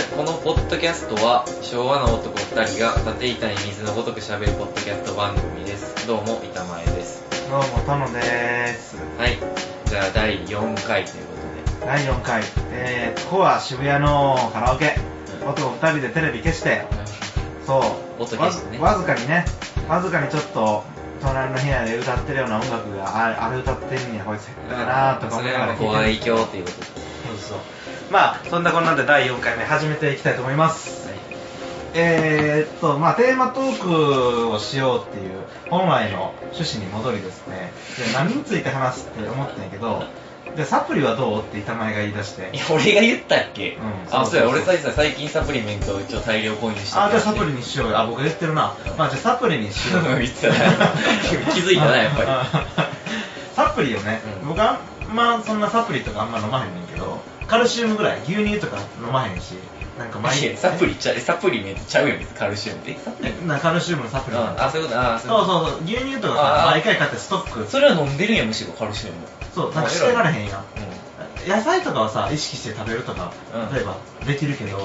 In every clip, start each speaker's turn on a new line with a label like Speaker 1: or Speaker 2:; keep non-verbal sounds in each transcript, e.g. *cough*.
Speaker 1: キャストは昭和の男2人が縦板に水のごとく喋るポッドキャスト番組ですどうも板前です
Speaker 2: どうも、たのでーす。
Speaker 1: はいじゃあ第4回というこ
Speaker 2: 第4回、えー、ここは渋谷のカラオケ。男2人でテレビ消して、
Speaker 1: とで
Speaker 2: そう、
Speaker 1: 音消してね
Speaker 2: わずわずかにね、わずかにちょっと、隣の部屋で歌ってるような音楽が、あれあれ歌ってんねや、こいつ、だなーとか
Speaker 1: そ
Speaker 2: 思い
Speaker 1: れ
Speaker 2: な
Speaker 1: は
Speaker 2: がら
Speaker 1: も
Speaker 2: 聞
Speaker 1: う
Speaker 2: いてる
Speaker 1: ご愛嬌ということで
Speaker 2: そうそう。まあ、そんなこんなんで第4回目始めていきたいと思います。えー、っと、まあ、テーマトークをしようっていう、本来の趣旨に戻りですね、で何について話すって思ったんやけど、でサプリはどうって板前が言い出して
Speaker 1: い、や俺が言ったっけ、
Speaker 2: うん
Speaker 1: あそうや
Speaker 2: そうそうそう
Speaker 1: 俺さ実は最近サプリメントを一応大量購入してて
Speaker 2: あ、じゃあサプリにしようよ。あ、僕言ってるな。まあ、じゃあサプリにしよう
Speaker 1: *laughs* 言っ
Speaker 2: *laughs*
Speaker 1: てたな気づいたなやっぱり
Speaker 2: り。サプリをね、
Speaker 1: うん
Speaker 2: 僕は、まあ、そんなサプリとかあんま飲まへんねんけど、カルシウムぐらい、牛乳とか飲まへんし、なんか毎
Speaker 1: いやサプリちゃうサプリメントちゃうやんカルシウムってえサプリ
Speaker 2: なカルシウムのサプリ
Speaker 1: ああそういうことああ
Speaker 2: そ
Speaker 1: いうこと
Speaker 2: そうそう、牛乳とか
Speaker 1: あ
Speaker 2: さ、
Speaker 1: あ
Speaker 2: 毎回買ってストック。
Speaker 1: それは飲んでるんやむしろカルシウム
Speaker 2: そう、なんかしてからへんやん。
Speaker 1: う
Speaker 2: 野菜とかはさ、意識して食べるとか
Speaker 1: うん、
Speaker 2: 例えば、できるけど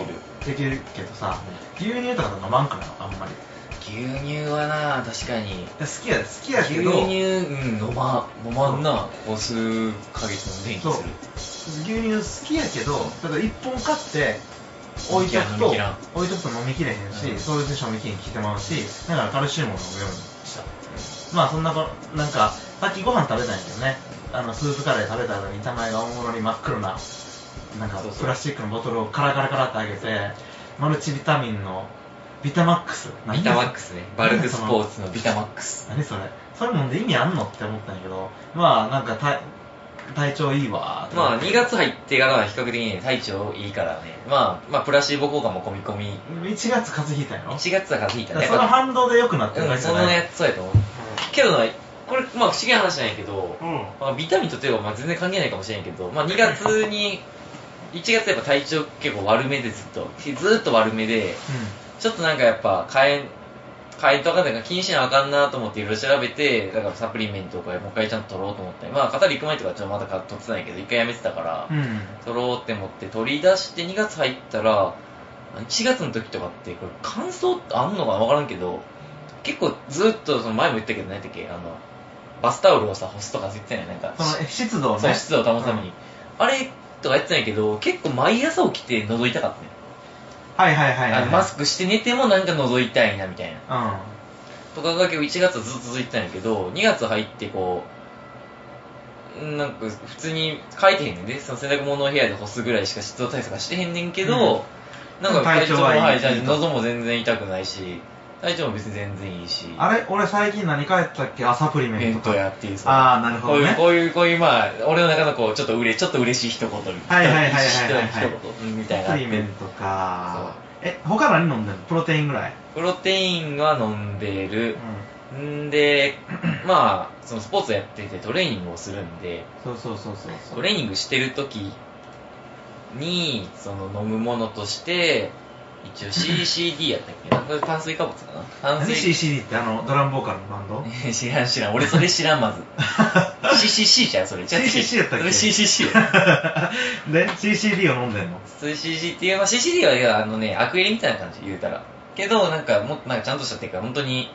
Speaker 1: で、
Speaker 2: できるけどさ、牛乳とか飲まんから、あんまり。
Speaker 1: ん牛乳はな確かに
Speaker 2: 好きや、好きや
Speaker 1: 牛
Speaker 2: け
Speaker 1: 乳、
Speaker 2: ど、
Speaker 1: うん、飲ま飲まんなここ数ヶ月飲んでん気
Speaker 2: そう
Speaker 1: する
Speaker 2: 牛乳好きやけどただ1本買って置いとくと
Speaker 1: 飲みきらん
Speaker 2: 置いとくと飲みきれへんし、
Speaker 1: うん
Speaker 2: それで賞味期限切ってまうしだからカルシウムを飲むようにしたまあそんなこなんかさっきご飯食べたんやけどねあのスープカレー食べたのに板前がおもむろに真っ黒ななんか
Speaker 1: そうそう
Speaker 2: プラスチックのボトルをカラカラカラってあげてマルチビタミンのビタマックス
Speaker 1: ビタマッ
Speaker 2: ス
Speaker 1: クスねバルクスポーツのビタマックス
Speaker 2: *laughs* 何それそれ飲んで意味あんのって思ったんやけどまあなんか体体調いいわーって
Speaker 1: まあ2月入ってからは比較的に体調いいからねまあまあプラシーボ効果も込み込み
Speaker 2: 1月風邪ひいたんやろ
Speaker 1: 1月だから引いた
Speaker 2: だか
Speaker 1: ね
Speaker 2: らその反動で良くなってる
Speaker 1: う
Speaker 2: だ
Speaker 1: ん
Speaker 2: けじ
Speaker 1: そ
Speaker 2: ゃ
Speaker 1: の
Speaker 2: ない、
Speaker 1: やつそうやと思うけどなこれまあ不思議な話なんやけど、
Speaker 2: うん
Speaker 1: まあ、ビタミンとってはまあ全然関係ないかもしれんけど、まあ、2月に1月やっぱ体調結構悪めでずっとずーっと悪めでちょっとなんかやっぱ変え変えとあかんないから気にしなあかんなと思っていろいろ調べてだからサプリメントをこれもう一回ちゃんと取ろうと思ってまあ肩行く前とかちょっとまだ買っとってたんやけど一回やめてたから、
Speaker 2: うん、うん、
Speaker 1: 取ろうって思って取り出して2月入ったら1月の時とかってこれ乾燥ってあんのかな分からんけど結構ずっとその前も言ったけど何やったっけあのバスタオルをさ干すとか言ってたやんなんか
Speaker 2: その湿度を
Speaker 1: そう
Speaker 2: ね
Speaker 1: 湿度を保つために、
Speaker 2: うん
Speaker 1: あれとかやってたんやけど結構毎朝起きて覗いたかったね、
Speaker 2: はいはいはいはい
Speaker 1: あのマスクして寝てもなんか覗いたいなみたいな
Speaker 2: う
Speaker 1: とかが結構1月はずっと続いてたんやけど2月入ってこうんなんか普通に書いてへんねんでその洗濯物を部屋で干すぐらいしか湿度対策はしてへんねんけど、なんか
Speaker 2: 体調はいい
Speaker 1: 体じゃあ喉も全然痛くないし体調も別に全然いいし
Speaker 2: んあれ俺最近何買ったっけあサプリメ
Speaker 1: 弁
Speaker 2: ント
Speaker 1: 当
Speaker 2: か
Speaker 1: やっていうさ
Speaker 2: ああなるほ
Speaker 1: こう
Speaker 2: ど
Speaker 1: いう
Speaker 2: ね
Speaker 1: こういうこういうまあ俺の中のこうちょっとうれちょっと嬉しい一言みたいな
Speaker 2: はいはいはいはいはいはい
Speaker 1: 一言うんみたいな
Speaker 2: サプリメントかえ他何飲んでんのプロテインぐらい、
Speaker 1: プロテインは飲んで
Speaker 2: う
Speaker 1: る
Speaker 2: ん、
Speaker 1: んで *clears throat* まあそのスポーツやっててトレーニングをするんで
Speaker 2: そうそうそうそうそ
Speaker 1: ト
Speaker 2: う
Speaker 1: レーニングしてる時にその飲むものとして一応 CCD やったっけなこれ炭水化物かな炭
Speaker 2: 何
Speaker 1: 水
Speaker 2: CCD ってあのドラムボーカルのバンド
Speaker 1: *laughs* 知らん知らん俺それ知らん
Speaker 2: *laughs*
Speaker 1: まず CCC じゃんそれじゃあ
Speaker 2: CCC やったっけ
Speaker 1: それ CCC や
Speaker 2: *laughs* で CCD を飲んでんの
Speaker 1: それ CCC っていう、まあ、CCD はいやあのねアクエリみたいな感じ言うたらけどなんかもっとなんかちゃんとしたっていうか本当に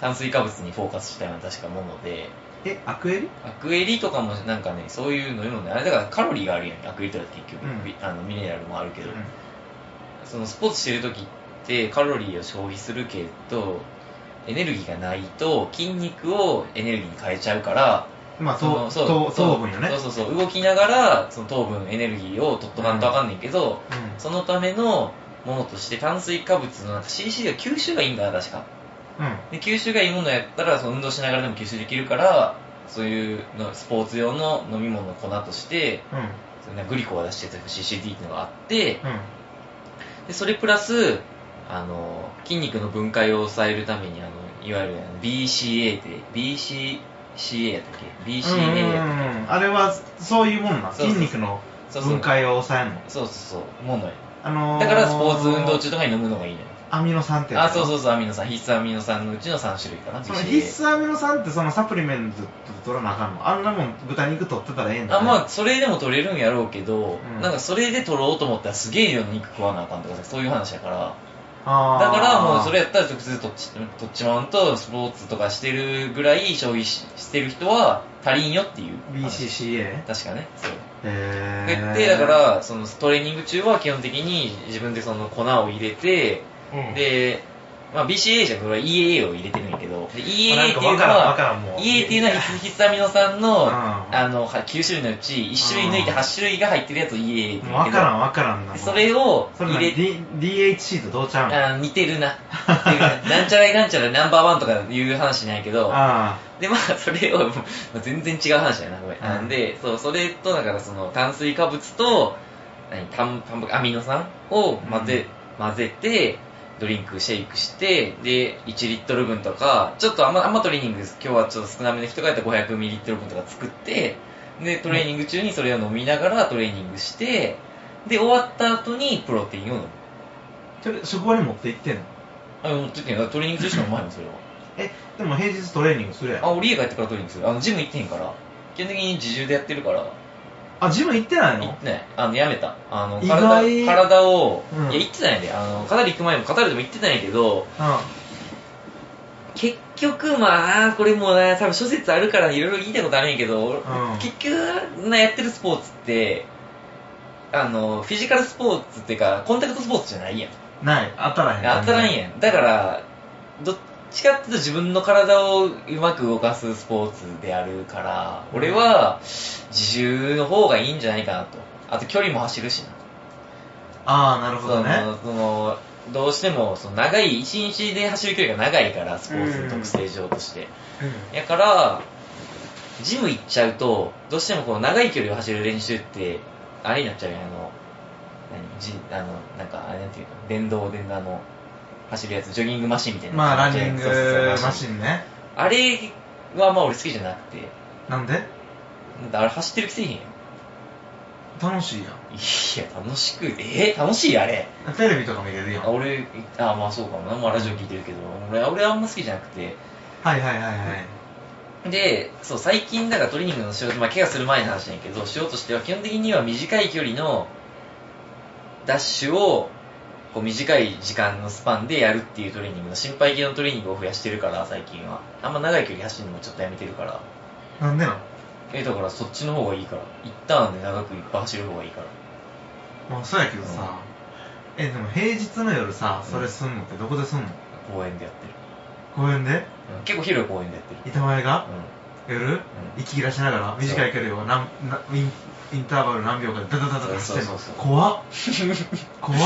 Speaker 1: 炭水化物にフォーカスしたような確かもので
Speaker 2: えアクエリ
Speaker 1: アクエリとかもなんかねそういうのもねあれだからカロリーがあるやんアクエリとかって結局、
Speaker 2: うん
Speaker 1: ビあのミネラルもあるけ
Speaker 2: う
Speaker 1: ど、
Speaker 2: ん
Speaker 1: そのスポーツしてる時ってカロリーを消費するけどエネルギーがないと筋肉をエネルギーに変えちゃうから
Speaker 2: まあ
Speaker 1: その
Speaker 2: 糖
Speaker 1: そうそ
Speaker 2: 糖
Speaker 1: う
Speaker 2: 糖分よね
Speaker 1: そうそうそう動きながらその糖分エネルギーを取っとかんとあかんねんけど、
Speaker 2: うん
Speaker 1: そのためのものとして炭水化物のなんか CC が吸収がいいんだな確か
Speaker 2: うん
Speaker 1: で吸収がいいものやったらその運動しながらでも吸収できるからそういうのスポーツ用の飲み物の粉として
Speaker 2: うん
Speaker 1: そんなグリコが出してた CCD っていうのがあって、
Speaker 2: うん
Speaker 1: でそれプラスあの筋肉の分解を抑えるためにあのいわゆるあの BCA って BCCA やったっけ
Speaker 2: うんうん
Speaker 1: BCA やったっ
Speaker 2: うんあれはそういうもんなん
Speaker 1: そう
Speaker 2: 筋
Speaker 1: そう
Speaker 2: 肉の
Speaker 1: けそうそう
Speaker 2: 分解を抑えるの
Speaker 1: そうそうそうものや
Speaker 2: あのー
Speaker 1: だからスポーツ運動中とかに飲むのがいいのよ
Speaker 2: アミノ酸ってやつ
Speaker 1: あ、そうそうそう、アミノ酸。必須アミノ酸のうちの3種類かな。
Speaker 2: その
Speaker 1: BCA
Speaker 2: 必須アミノ酸ってそのサプリメントで取らなあかんのあんなもん豚肉取ってたらええんだ、
Speaker 1: あ
Speaker 2: ね、
Speaker 1: まあ、それでも取れるんやろうけど、
Speaker 2: うん
Speaker 1: なんかそれで取ろうと思ったらすげえ量の肉食わなあかんとかさそういう話やから
Speaker 2: あー
Speaker 1: だからもうそれやったら直接取っち取っちまうんとスポーツとかしてるぐらい消費ししてる人は足りんよっていう話
Speaker 2: BCCA
Speaker 1: 確かねそう
Speaker 2: へ
Speaker 1: ででだからそのトレーニング中は基本的に自分でその粉を入れて、
Speaker 2: うん
Speaker 1: で、まあ、BCA じゃなくてこれは EAA を入れてるんやけどで EAA
Speaker 2: な
Speaker 1: って
Speaker 2: んか
Speaker 1: いうの
Speaker 2: わからんわからんも
Speaker 1: は
Speaker 2: う
Speaker 1: EA っていうのは必必須アミノ酸の,、
Speaker 2: うん
Speaker 1: あのは9種類のうち1種類抜いて
Speaker 2: うん
Speaker 1: 8種類が入ってるやつを EAA って言うんや
Speaker 2: わ
Speaker 1: けど
Speaker 2: からんわからんな
Speaker 1: でそれを
Speaker 2: それ
Speaker 1: 入
Speaker 2: な
Speaker 1: れ
Speaker 2: D- DHC とどうちゃうの
Speaker 1: あ似てるなっていうなんちゃらいなんちゃらナンバーワンとかいう話なんやけ
Speaker 2: *laughs*
Speaker 1: ど
Speaker 2: あ
Speaker 1: でまあそれを全然違う話だなごめん、
Speaker 2: うん
Speaker 1: なんでそうそれとだからその炭水化物と何タンタンパクアミノ酸を混ぜ,、混ぜてドリンクシェイクしてで1リットル分とかちょっとあんまあんまトレーニングです今日はちょっと少なめの人がやったら500ミリリットル分とか作ってでトレーニング中にそれを飲みながらトレーニングしてで終わった後にプロテインを飲む
Speaker 2: ーそれ職場に持って行ってんの
Speaker 1: あ持ってってんよトレーニング中しか飲まへんもんそれは
Speaker 2: えでも平日トレーニングするやん
Speaker 1: あ俺家帰ってからトレーニングするあのジム行ってへんから基本的に自重でやってるから
Speaker 2: あジム行ってない
Speaker 1: 行
Speaker 2: の
Speaker 1: ってないあのやめたあの
Speaker 2: 意
Speaker 1: 体
Speaker 2: 外
Speaker 1: 体を、
Speaker 2: うん
Speaker 1: いや行ってないであのカタール行く前もカタールでも行ってたんやけど
Speaker 2: う
Speaker 1: 結局まあこれもね多分諸説あるからいろいろ言いたいことあるんやけど、
Speaker 2: ん
Speaker 1: 結局なやってるスポーツってあのフィジカルスポーツっていうかコンタクトスポーツじゃないやん
Speaker 2: んない当たらへん
Speaker 1: 当たらんやんだからどっちかっていうと自分の体をうまく動かすスポーツであるから俺は自重の方がいいんじゃないかなとあと距離も走るしな
Speaker 2: ああなるほど
Speaker 1: そ
Speaker 2: ね
Speaker 1: のそのどうしてもその長い1日で走る距離が長いからスポーツの特性上として、やからジム行っちゃうとどうしてもこう長い距離を走る練習ってあれになっちゃうよねあの何じあのなんかあれなんていうか電動であの走るやつジョギングマシンみたいな
Speaker 2: まあランニン
Speaker 1: そうそうそう
Speaker 2: グマシンね
Speaker 1: あれはまあ俺好きじゃなくて
Speaker 2: なんで
Speaker 1: だってあれ走ってる気せえへんよ
Speaker 2: 楽しいや
Speaker 1: いや楽しくえー、楽しいあれ
Speaker 2: んテレビとか見れるやん
Speaker 1: あ俺あまあそうかもな、まあ、ラジオ聞いてるけど俺俺あんま好きじゃなくて
Speaker 2: はいはいはいはい
Speaker 1: でそう最近だからトレーニングの仕事、まあ、怪我する前の話なんやけどしようとしては基本的には短い距離のダッシュをこう短い時間のスパンでやるっていうトレーニングの心肺系のトレーニングを増やしてるから最近はあんま長い距離走るのもちょっとやめてるから
Speaker 2: なんでなの
Speaker 1: えだからそっちの方がいいから一旦で長くいっぱい走る方がいいから
Speaker 2: まあそうやけどさえでも平日の夜さそれすんのってどこですんの
Speaker 1: 公園でやってる、
Speaker 2: 公園で
Speaker 1: うん結構広い公園でやってる、
Speaker 2: 板前が
Speaker 1: うん
Speaker 2: 夜息切らしながら短い距離を何なインインターバル何秒かでダダダダダ走ってん
Speaker 1: そう
Speaker 2: の
Speaker 1: そうそう
Speaker 2: 怖っ怖っ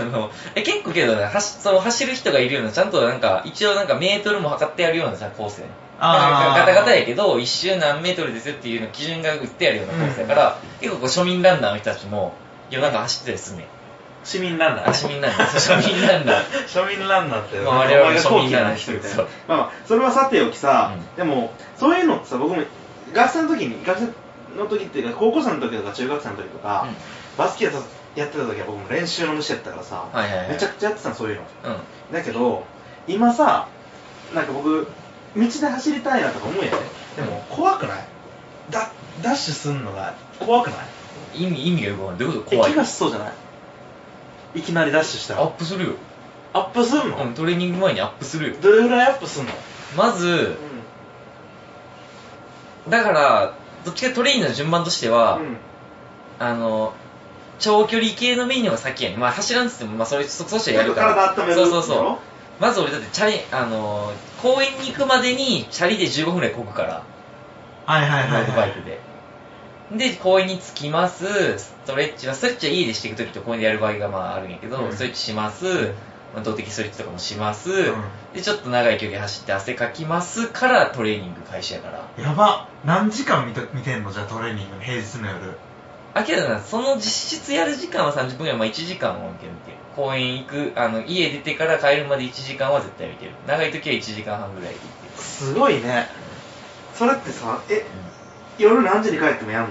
Speaker 1: あのえ結構けどねはしその走る人がいるようなちゃんとなんか一応なんかメートルも測ってやるようなさコースやね
Speaker 2: あー
Speaker 1: ガタガタやけど一周何メートルですよっていうの基準が売ってあるようなコースやから、結構こう庶民ランナーの人たちも夜中走ってたりすんねん
Speaker 2: *laughs* 市民ランナ *laughs*
Speaker 1: あ市民ランナーそう庶民ランナー
Speaker 2: 庶民ランナーって
Speaker 1: まあ我々
Speaker 2: お前が高貴な人みたい
Speaker 1: そ
Speaker 2: な
Speaker 1: う
Speaker 2: まあまあそれはさておきさ、
Speaker 1: うん
Speaker 2: でもそういうのってさ僕も学生の時に学生の時っていうか高校生の時とか中学生の時とか、
Speaker 1: うん
Speaker 2: バスケやったやってた時は僕も練習の虫やったからさ、
Speaker 1: はいはいはい
Speaker 2: めちゃくちゃやってたのそういうの
Speaker 1: うん
Speaker 2: だけど今さなんか僕道で走りたいなとか思うやねでも怖くないだダッシュすんのが怖くない
Speaker 1: 意味意味がよくわかんないどういうこと
Speaker 2: え
Speaker 1: 怖い
Speaker 2: 怪我しそうじゃないいきなりダッシュした
Speaker 1: ア
Speaker 2: ら
Speaker 1: ップするよ、
Speaker 2: アップすんの、
Speaker 1: うん、トレーニング前にアップするよ
Speaker 2: どれぐらいアップすんの
Speaker 1: まず
Speaker 2: う
Speaker 1: だからどっちかトレーニングの順番としては、
Speaker 2: ん、
Speaker 1: あの長距離系のメニューが先やねまあ走らんつっても、まあ、それそそしてやるから
Speaker 2: 体温める
Speaker 1: そうそう
Speaker 2: や
Speaker 1: そう
Speaker 2: ろ
Speaker 1: まず俺だってチャリあの公園に行くまでにチャリで15分ぐらいこぐから
Speaker 2: はい
Speaker 1: ロ
Speaker 2: はいはい、
Speaker 1: ードバイクでで公園に着きますストレッチはストレッチは家でしていく時と公園でやる場合がまああるんやけど、
Speaker 2: うん
Speaker 1: ストレッチします、まあ、動的ストレッチとかもします、
Speaker 2: う
Speaker 1: でちょっと長い距離走って汗かきますからトレーニング開始やから
Speaker 2: ん、やば何時間見と見てんのじゃあトレーニングの平日の夜
Speaker 1: あけどなその実質やる時間は30分ぐらい、まあ、1時間は見てる見てる公園行くあの家出てから帰るまで1時間は絶対見てる長い時は1時間半ぐらいで行ってる
Speaker 2: すごいねそれってさえ夜何時に帰ってもやんの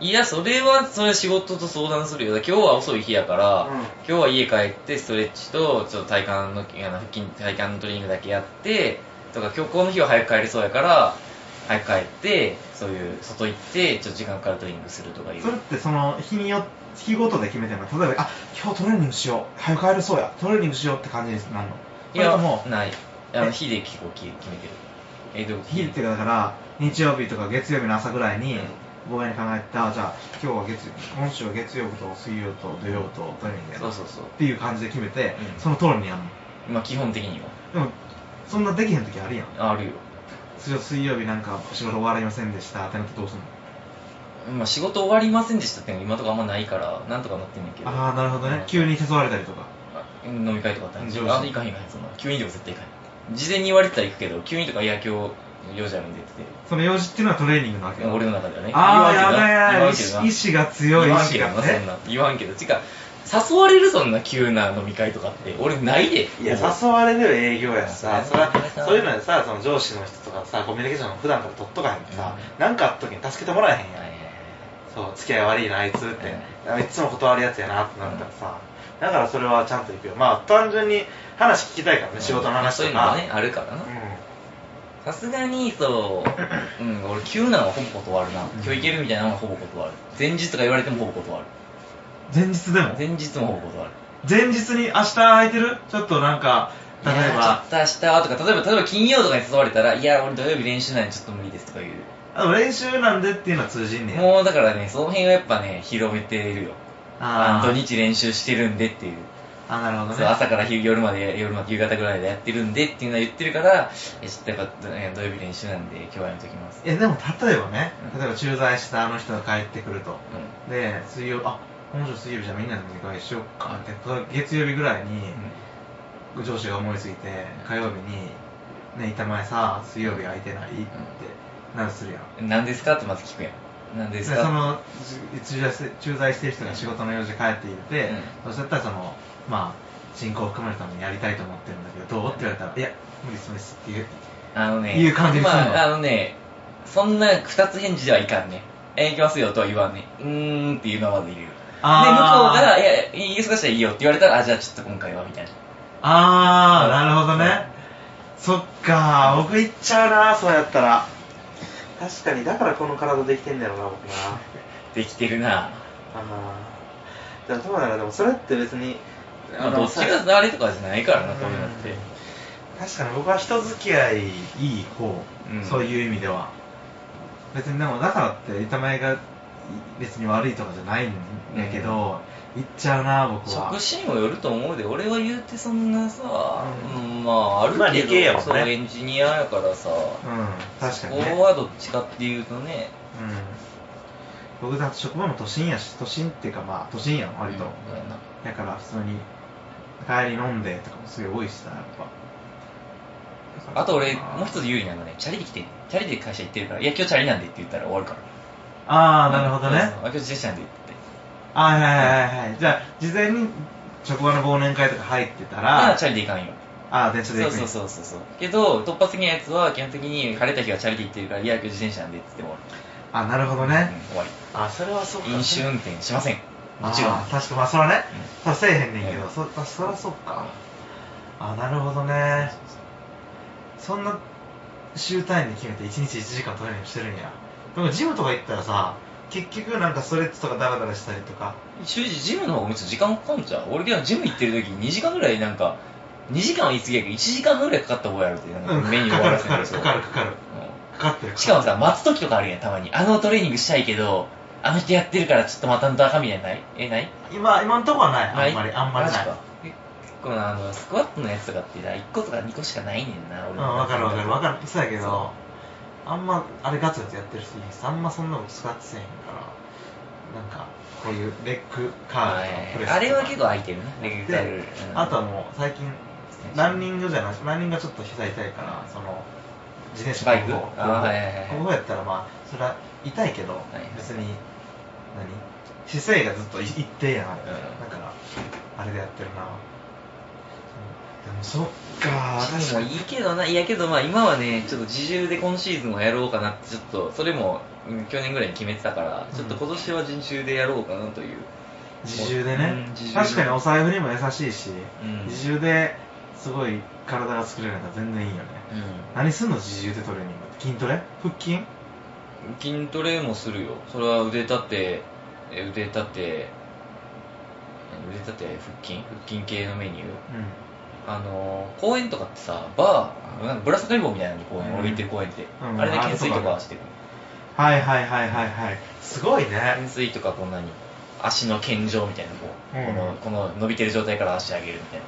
Speaker 1: いや、それは、それ仕事と相談するよ。だ今日は遅い日やから、
Speaker 2: うん
Speaker 1: 今日は家帰って、ストレッチと、ちょっと体幹の、あの腹筋、体幹のトレーニングだけやって、とか、今日この日は早く帰れそうやから、早く帰って、そういう、外行って、ちょっと時間からトレーニングするとかいう。
Speaker 2: それってその日によっ日ごとで決めてるの例えばあ今日トレーニングしよう早く帰れそうやトレーニングしようって感じですなの
Speaker 1: い
Speaker 2: それ
Speaker 1: や、
Speaker 2: とも
Speaker 1: ない。あの、日で結構決めてる。え、どう
Speaker 2: 日っていうかだから日曜日とか月曜日の朝ぐらいに防衛に考えてあじゃあ今日は月今週は月曜日と水曜と土曜とトレーニングや
Speaker 1: そ
Speaker 2: な
Speaker 1: うそうそう
Speaker 2: っていう感じで決めて、
Speaker 1: うん
Speaker 2: その通りにやるの
Speaker 1: まあ、基本的には。
Speaker 2: でもそんなできへん時あるやん
Speaker 1: あるよ。
Speaker 2: 水曜水曜日なんか仕事終わりませんでしたってなってどうすんの
Speaker 1: まあ、仕事終わりませんでしたっていうのが今とかあんまないから、なんとかなってんねんけど。
Speaker 2: ああなるほどね
Speaker 1: うん
Speaker 2: 急に誘われたりとか
Speaker 1: あ飲み会とかあったんで
Speaker 2: 上
Speaker 1: す
Speaker 2: 司
Speaker 1: あ、行かへん行かへん、そんな。急にでも絶対行かへん。事前に言われてたら行くけど、急にとか、いや、今日、用事あるんでって
Speaker 2: その用事っていうのはトレーニングなわけ
Speaker 1: 言って、俺の中ではね。
Speaker 2: あーや
Speaker 1: 言
Speaker 2: ば
Speaker 1: わ
Speaker 2: いやば
Speaker 1: んけどな言わんけどな
Speaker 2: い意志が強い
Speaker 1: 言
Speaker 2: 意
Speaker 1: わん
Speaker 2: 志
Speaker 1: けどな、
Speaker 2: が
Speaker 1: そん
Speaker 2: ね
Speaker 1: な。言わんけど。てか、誘われる、そんな急な飲み会とかって。俺、ないで。
Speaker 2: いや誘われる営業やし
Speaker 1: あ
Speaker 2: さそ
Speaker 1: そう
Speaker 2: れ
Speaker 1: や
Speaker 2: は
Speaker 1: な
Speaker 2: そういうのでさその上司の人とかさコミュニケーションの普段から取っとかへんとさ
Speaker 1: う
Speaker 2: 何、なん、かあった時に助けてもらえへんやん、
Speaker 1: はいはい
Speaker 2: そう付き合い悪いなあいつって、あいつも断るやつやなってなったらさ、だからそれはちゃんと行くよまあ単純に話聞きたいからね、
Speaker 1: はい
Speaker 2: 仕事の話
Speaker 1: そうい
Speaker 2: と
Speaker 1: うのが
Speaker 2: か
Speaker 1: ね、あるから
Speaker 2: う。
Speaker 1: なんさすがに、
Speaker 2: *laughs*
Speaker 1: そう、うん、俺、急なのはほぼ断るな。今日行けるみたいなのはほぼ断る。前日とか言われてもほぼ断る。
Speaker 2: 前日でも
Speaker 1: 前日もほぼ断る。
Speaker 2: 前日に明日空いてるちょっとなんか例え
Speaker 1: いや
Speaker 2: ば
Speaker 1: ちょっと明日とか例えば例えば金曜とかに誘われたらいや俺土曜日練習なんでちょっと無理ですとか言う
Speaker 2: あの練習なんでっていうのは通じんねや
Speaker 1: もうだからねその辺はやっぱね広めてるよ
Speaker 2: あ
Speaker 1: 土
Speaker 2: ー
Speaker 1: 日練習してるんでっていう
Speaker 2: あなるほど
Speaker 1: そう
Speaker 2: ね
Speaker 1: 朝から昼夜まで夜まで夕方ぐらいでやってるんでっていうのは言ってるからえちょっとやっぱね土曜日練習なんで今日はやめときます
Speaker 2: いやでも例えばね
Speaker 1: う
Speaker 2: 例えば駐在したあの人が帰ってくると
Speaker 1: う
Speaker 2: で水曜あ今週水曜日じゃあみんなでお願いしようかって月曜日ぐらいに
Speaker 1: んうん
Speaker 2: 上司が思いついて火曜日に「ね板前さ水曜日空いてない?」ってなんするやん
Speaker 1: 何ですかってまず聞くやん何
Speaker 2: で
Speaker 1: です
Speaker 2: そ
Speaker 1: か
Speaker 2: の駐在して駐在してる人が仕事の用事帰っていて、そしたらそのまあ進行を含めるためにやりたいと思ってるんだけどどうって言われたら「いや無理です無理です」っていう
Speaker 1: あのね、
Speaker 2: いう感じにするの
Speaker 1: まあ、あのね、そんな二つ返事ではいかんね。えー、行きますよとは言わんね。うーんっていうのはまず入れる。で、向こう
Speaker 2: あー
Speaker 1: から、いや、いい忙しいらいいよって言われたら、あ、じゃあちょっと今回は、みたいな。
Speaker 2: ああなるほどねそっか僕行っちゃうなそうやったら確かにだからこの体できてんだろうな僕な
Speaker 1: できてるな
Speaker 2: ああでもどうだろうでもそれって別に
Speaker 1: まあ、どっち
Speaker 2: さ
Speaker 1: があれとかじゃないからな、こういうのって。
Speaker 2: 確かに僕は人付き合いいい方、
Speaker 1: うん
Speaker 2: そういう意味では別にでもだからって板前がい別に悪いとかじゃないんやけど、行っちゃうな僕は
Speaker 1: 職種にもよると思うで、俺は言うてそんなさ、
Speaker 2: う
Speaker 1: うん、まあ、あるけど、
Speaker 2: まあ理系やもんね
Speaker 1: そうエンジニアやからさ、
Speaker 2: うん確かにね
Speaker 1: ここはどっちかっていうとね、
Speaker 2: うん僕だって職場も都心やし都心っていうかまあ都心やん割と、
Speaker 1: うんそうやな
Speaker 2: だから普通に帰り飲んでとかもすごい多いしさやっぱ
Speaker 1: あと俺、
Speaker 2: あー
Speaker 1: もう一つ有利なのがね、チャリで来て、チャリで会社行ってるから、いや、今日チャリなんでって言ったら終わるから。
Speaker 2: ああなるほどね、
Speaker 1: そうそうあ、今日自転車なんでって言って。
Speaker 2: はいはいはいはいじゃあ事前に職場の忘年会とか入ってたら
Speaker 1: まあ、チャリで行かんよ。
Speaker 2: ああ電車
Speaker 1: そう
Speaker 2: で行く
Speaker 1: そうそうそうそう。けど、突発的なやつは、基本的に晴れた日はチャリで行ってるから、いや、今日自転車なんでって言って終
Speaker 2: あなるほど
Speaker 1: わる。
Speaker 2: ね、
Speaker 1: うん終わ
Speaker 2: あそれはそ
Speaker 1: り。飲酒運転しません。もちろん。
Speaker 2: 確かまあそれはね、それせえへんねんけど、
Speaker 1: うん
Speaker 2: そあそりゃそっかあなるほどねそんな週単位で決めて1日1時間トレーニングしてるんやでもジムとか行ったらさ結局なんかストレッチとかダラダラしたりとか
Speaker 1: 週時ジムの方がむしろ時間かかんじゃん。俺、けどジム行ってる時2時間ぐらいなんか、2時間は言い過ぎやけど、1時間ぐらいかかった覚えあるって、なん
Speaker 2: う
Speaker 1: か
Speaker 2: ん
Speaker 1: メニュー
Speaker 2: か
Speaker 1: 終わ
Speaker 2: からる
Speaker 1: せ
Speaker 2: か
Speaker 1: な
Speaker 2: か
Speaker 1: い
Speaker 2: る
Speaker 1: と
Speaker 2: かかるかかるかかってる
Speaker 1: しかもさ、待つ時とかあるやん、たまに。あのトレーニングしたいけど、あの人やってるからちょっと待たんと赤みたいなないえ、ない
Speaker 2: 今今んとこはない
Speaker 1: な
Speaker 2: あ
Speaker 1: い
Speaker 2: んまりあんまり
Speaker 1: マジ
Speaker 2: ない
Speaker 1: かえ結構な、あの、スクワットのやつとかってな、1個とか2個しかないねんな、
Speaker 2: う
Speaker 1: 俺
Speaker 2: ん、
Speaker 1: の
Speaker 2: わかるわかるわかるそうやけ
Speaker 1: そ
Speaker 2: どあんまあれガツガツやってる人いるしあんまそんなの使ってせえへんからなんかこういうレッグカー
Speaker 1: は
Speaker 2: ルとかプレ
Speaker 1: い
Speaker 2: スとか
Speaker 1: あれは結構空いてるな、レギュラール
Speaker 2: で、あとはもう最近ランニングじゃないランニングがちょっと膝痛いからその自転車
Speaker 1: バイク
Speaker 2: ここ
Speaker 1: あーはいはいはい
Speaker 2: ここやったらまあそれは痛いけど、
Speaker 1: いはい
Speaker 2: 別に何姿勢がずっと一定やな、
Speaker 1: ん
Speaker 2: だからあれでやってるなもそっか確
Speaker 1: でも
Speaker 2: かに
Speaker 1: いいけどな、いやけどまあ今はね、ちょっと自重で今シーズンはやろうかなって、ちょっと、それも、うん去年ぐらいに決めてたから、
Speaker 2: うん
Speaker 1: ちょっと今年は自重でやろうかなという。
Speaker 2: 自重でね
Speaker 1: うん自重で
Speaker 2: 確かにお財布にも優しいし、
Speaker 1: うん
Speaker 2: 自重ですごい体が作れるのは全然いいよね
Speaker 1: う
Speaker 2: 何すんの自重でトレーニングって筋トレ腹筋
Speaker 1: ん。筋トレもするよ。それは腕立て、え腕立て、何腕立て、腹筋腹筋系のメニュー。あのー公園とかってさ、バー、なんかぶら下がり棒みたいなのに公園、
Speaker 2: うん
Speaker 1: 置いてる公園って、
Speaker 2: うん
Speaker 1: あれで
Speaker 2: あ
Speaker 1: 懸垂と
Speaker 2: そうだ
Speaker 1: か
Speaker 2: ね
Speaker 1: してる。
Speaker 2: はいはいはいはいはいすごいね
Speaker 1: 懸垂とかこんなに、足の健常みたいな、こう、
Speaker 2: うん
Speaker 1: この、この伸びてる状態から足上げるみたい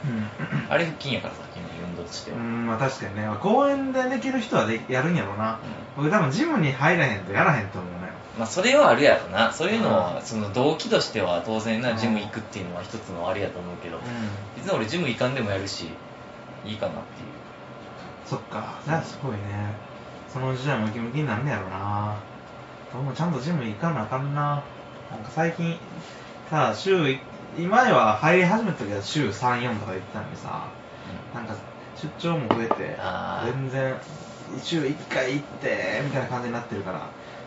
Speaker 1: な。
Speaker 2: う
Speaker 1: あれ腹筋やからさ、筋肉運動としては。
Speaker 2: ん、うん、まあ確かにね公園でできる人はでやるんやろな、僕多分ジムに入らへんとやらへんと思うね
Speaker 1: まあ、それはあるやろな。そういうのは、
Speaker 2: うん
Speaker 1: その動機としては当然
Speaker 2: う
Speaker 1: な、
Speaker 2: ん
Speaker 1: ジム行くっていうのは一つのあれやと思うけど、
Speaker 2: ん
Speaker 1: 別に俺ジム行かんでもやるし、いいかなっていう。
Speaker 2: そっかじゃあすごいねそのうちじゃあムキムキになんねやろなどうもちゃんとジム行かなあかんななんか最近さあ週い今は入り始めた時は週34とか言ってたのにさなんか出張も増えて
Speaker 1: あー
Speaker 2: 全然週1回行ってみたいな感じになってるから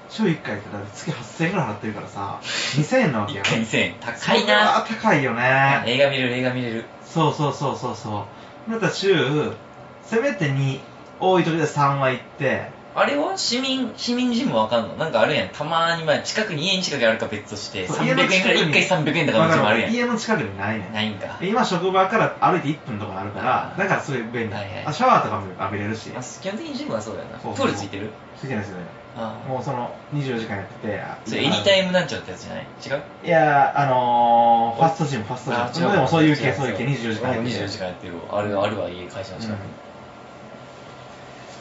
Speaker 2: 週1回行ってだって月8000円ぐらい払ってるか
Speaker 1: *laughs*
Speaker 2: らさ2000円なわけ
Speaker 1: 一
Speaker 2: よ
Speaker 1: 回2000円。高い
Speaker 2: それは
Speaker 1: な。
Speaker 2: 高いよね
Speaker 1: 映画見れる、映画見れる。
Speaker 2: そうそうそうそうそうだったら週せめて2多い時で3は行って
Speaker 1: あれは市民、市民ジムわかんのなんかあるやん。たまーに、まあ、近くに家に近くにあるか別として、
Speaker 2: そう家の
Speaker 1: 300円くらい、1
Speaker 2: 近くに
Speaker 1: 回300円とかのジムあるや
Speaker 2: わ
Speaker 1: ん。
Speaker 2: か家の近くにないねん
Speaker 1: ないんか。
Speaker 2: 今職場から歩いて1分とかあるから
Speaker 1: あー
Speaker 2: だからすごい便利、
Speaker 1: はいはい
Speaker 2: あシャワーとかも浴びれるし
Speaker 1: まあ、基本的にジムはそうだよな。プ
Speaker 2: そうそう
Speaker 1: ールついてる
Speaker 2: ついてないですよね
Speaker 1: ああ。
Speaker 2: もうその24時間やっててあ
Speaker 1: それ、エニタイムなんちゃらってやつじゃない違う
Speaker 2: いやーあのー、ファストジムファスト
Speaker 1: あ
Speaker 2: ジ
Speaker 1: 違
Speaker 2: ム
Speaker 1: う
Speaker 2: でもそういう系
Speaker 1: 違
Speaker 2: そういう系24時間や
Speaker 1: う
Speaker 2: っ
Speaker 1: ん
Speaker 2: てて
Speaker 1: 24時間やってるわあれあるわ家会社の近くに、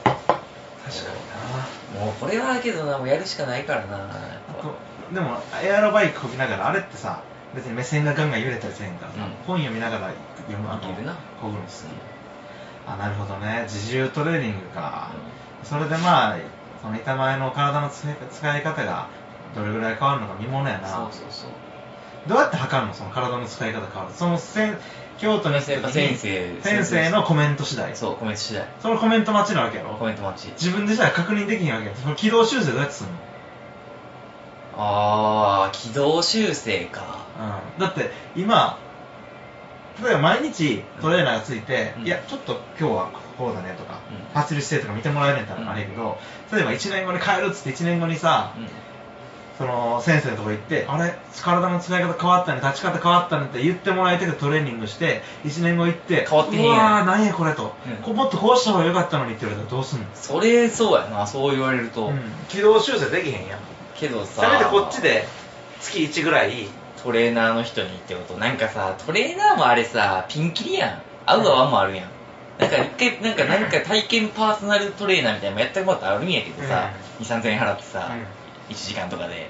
Speaker 2: 確かにな
Speaker 1: もうこれはけどなもうやるしかないからなやっぱ
Speaker 2: こでもエアロバイクこぎながらあれってさ別に目線がガンガン揺れたりせんからさ、
Speaker 1: うん
Speaker 2: 本読みながら読むあの
Speaker 1: いけるな
Speaker 2: こぐんですねあなるほどね自重トレーニングか、それでまあその板前の体の使い使い方がどれぐらい変わるのか見ものやな
Speaker 1: そうそうそう
Speaker 2: どうやって測るのその体の使い方変わるそのせん京都に行った時に
Speaker 1: 先生
Speaker 2: 先生のコメント次第
Speaker 1: そうコメント次第
Speaker 2: そのコメント待ちなわけやろ
Speaker 1: コメント待ち
Speaker 2: 自分でじゃあ確認できへんわけやその軌道修正どうやってすんの
Speaker 1: ああ軌道修正か
Speaker 2: うんだって今例えば毎日トレーナーがついて、
Speaker 1: うん
Speaker 2: いやちょっと今日はこうだねとか、
Speaker 1: うん
Speaker 2: 走る姿勢とか見てもらえるんだった
Speaker 1: うん
Speaker 2: らあれやけど、例えば1年後に変えるっつって1年後にさ、
Speaker 1: うん
Speaker 2: その先生のとこ行ってあれ体の使い方変わったね立ち方変わったねって言ってもらいたくてトレーニングして1年後行って
Speaker 1: 変わってへんやん
Speaker 2: うわー何やこれと、
Speaker 1: うん
Speaker 2: こもっとこうした方が良かったのにって言われたらどうすんの、
Speaker 1: それそうやなそう言われると、
Speaker 2: うん軌道修正できへんやん
Speaker 1: けどさ
Speaker 2: せめてこっちで月1ぐらい
Speaker 1: トレーナーの人にってことなんかさトレーナーもあれさピンキリやん合う合わんもあるやんなんか一回なんかなんか体験パーソナルトレーナーみたいなのもやったことあるんやけどさ、2 3 0 0円払ってさ、1時間とかで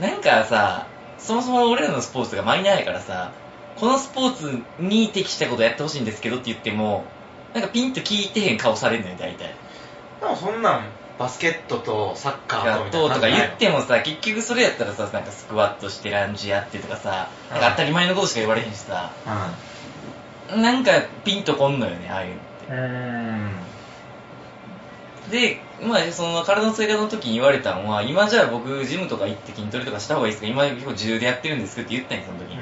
Speaker 1: なんかさそもそも俺らのスポーツがマイナーやからさこのスポーツに適したことやってほしいんですけどって言ってもなんかピンと聞いてへん顔されんのよ大体
Speaker 2: でもそんなんバスケットとサッカ
Speaker 1: や
Speaker 2: ー
Speaker 1: っと
Speaker 2: とみ
Speaker 1: う
Speaker 2: た
Speaker 1: と
Speaker 2: いな
Speaker 1: か言ってもさ結局それやったらさなんかスクワットしてランジやってとかさなんか当たり前のことしか言われへんしさ、なんかピンとこんのよね、ああいうの
Speaker 2: うんうん
Speaker 1: で、まあ、その体の追加の時に言われたのは、今じゃあ僕、ジムとか行って筋トレとかした方がいいですか今結構重要でやってるんですけどって言ったんよ、その時に。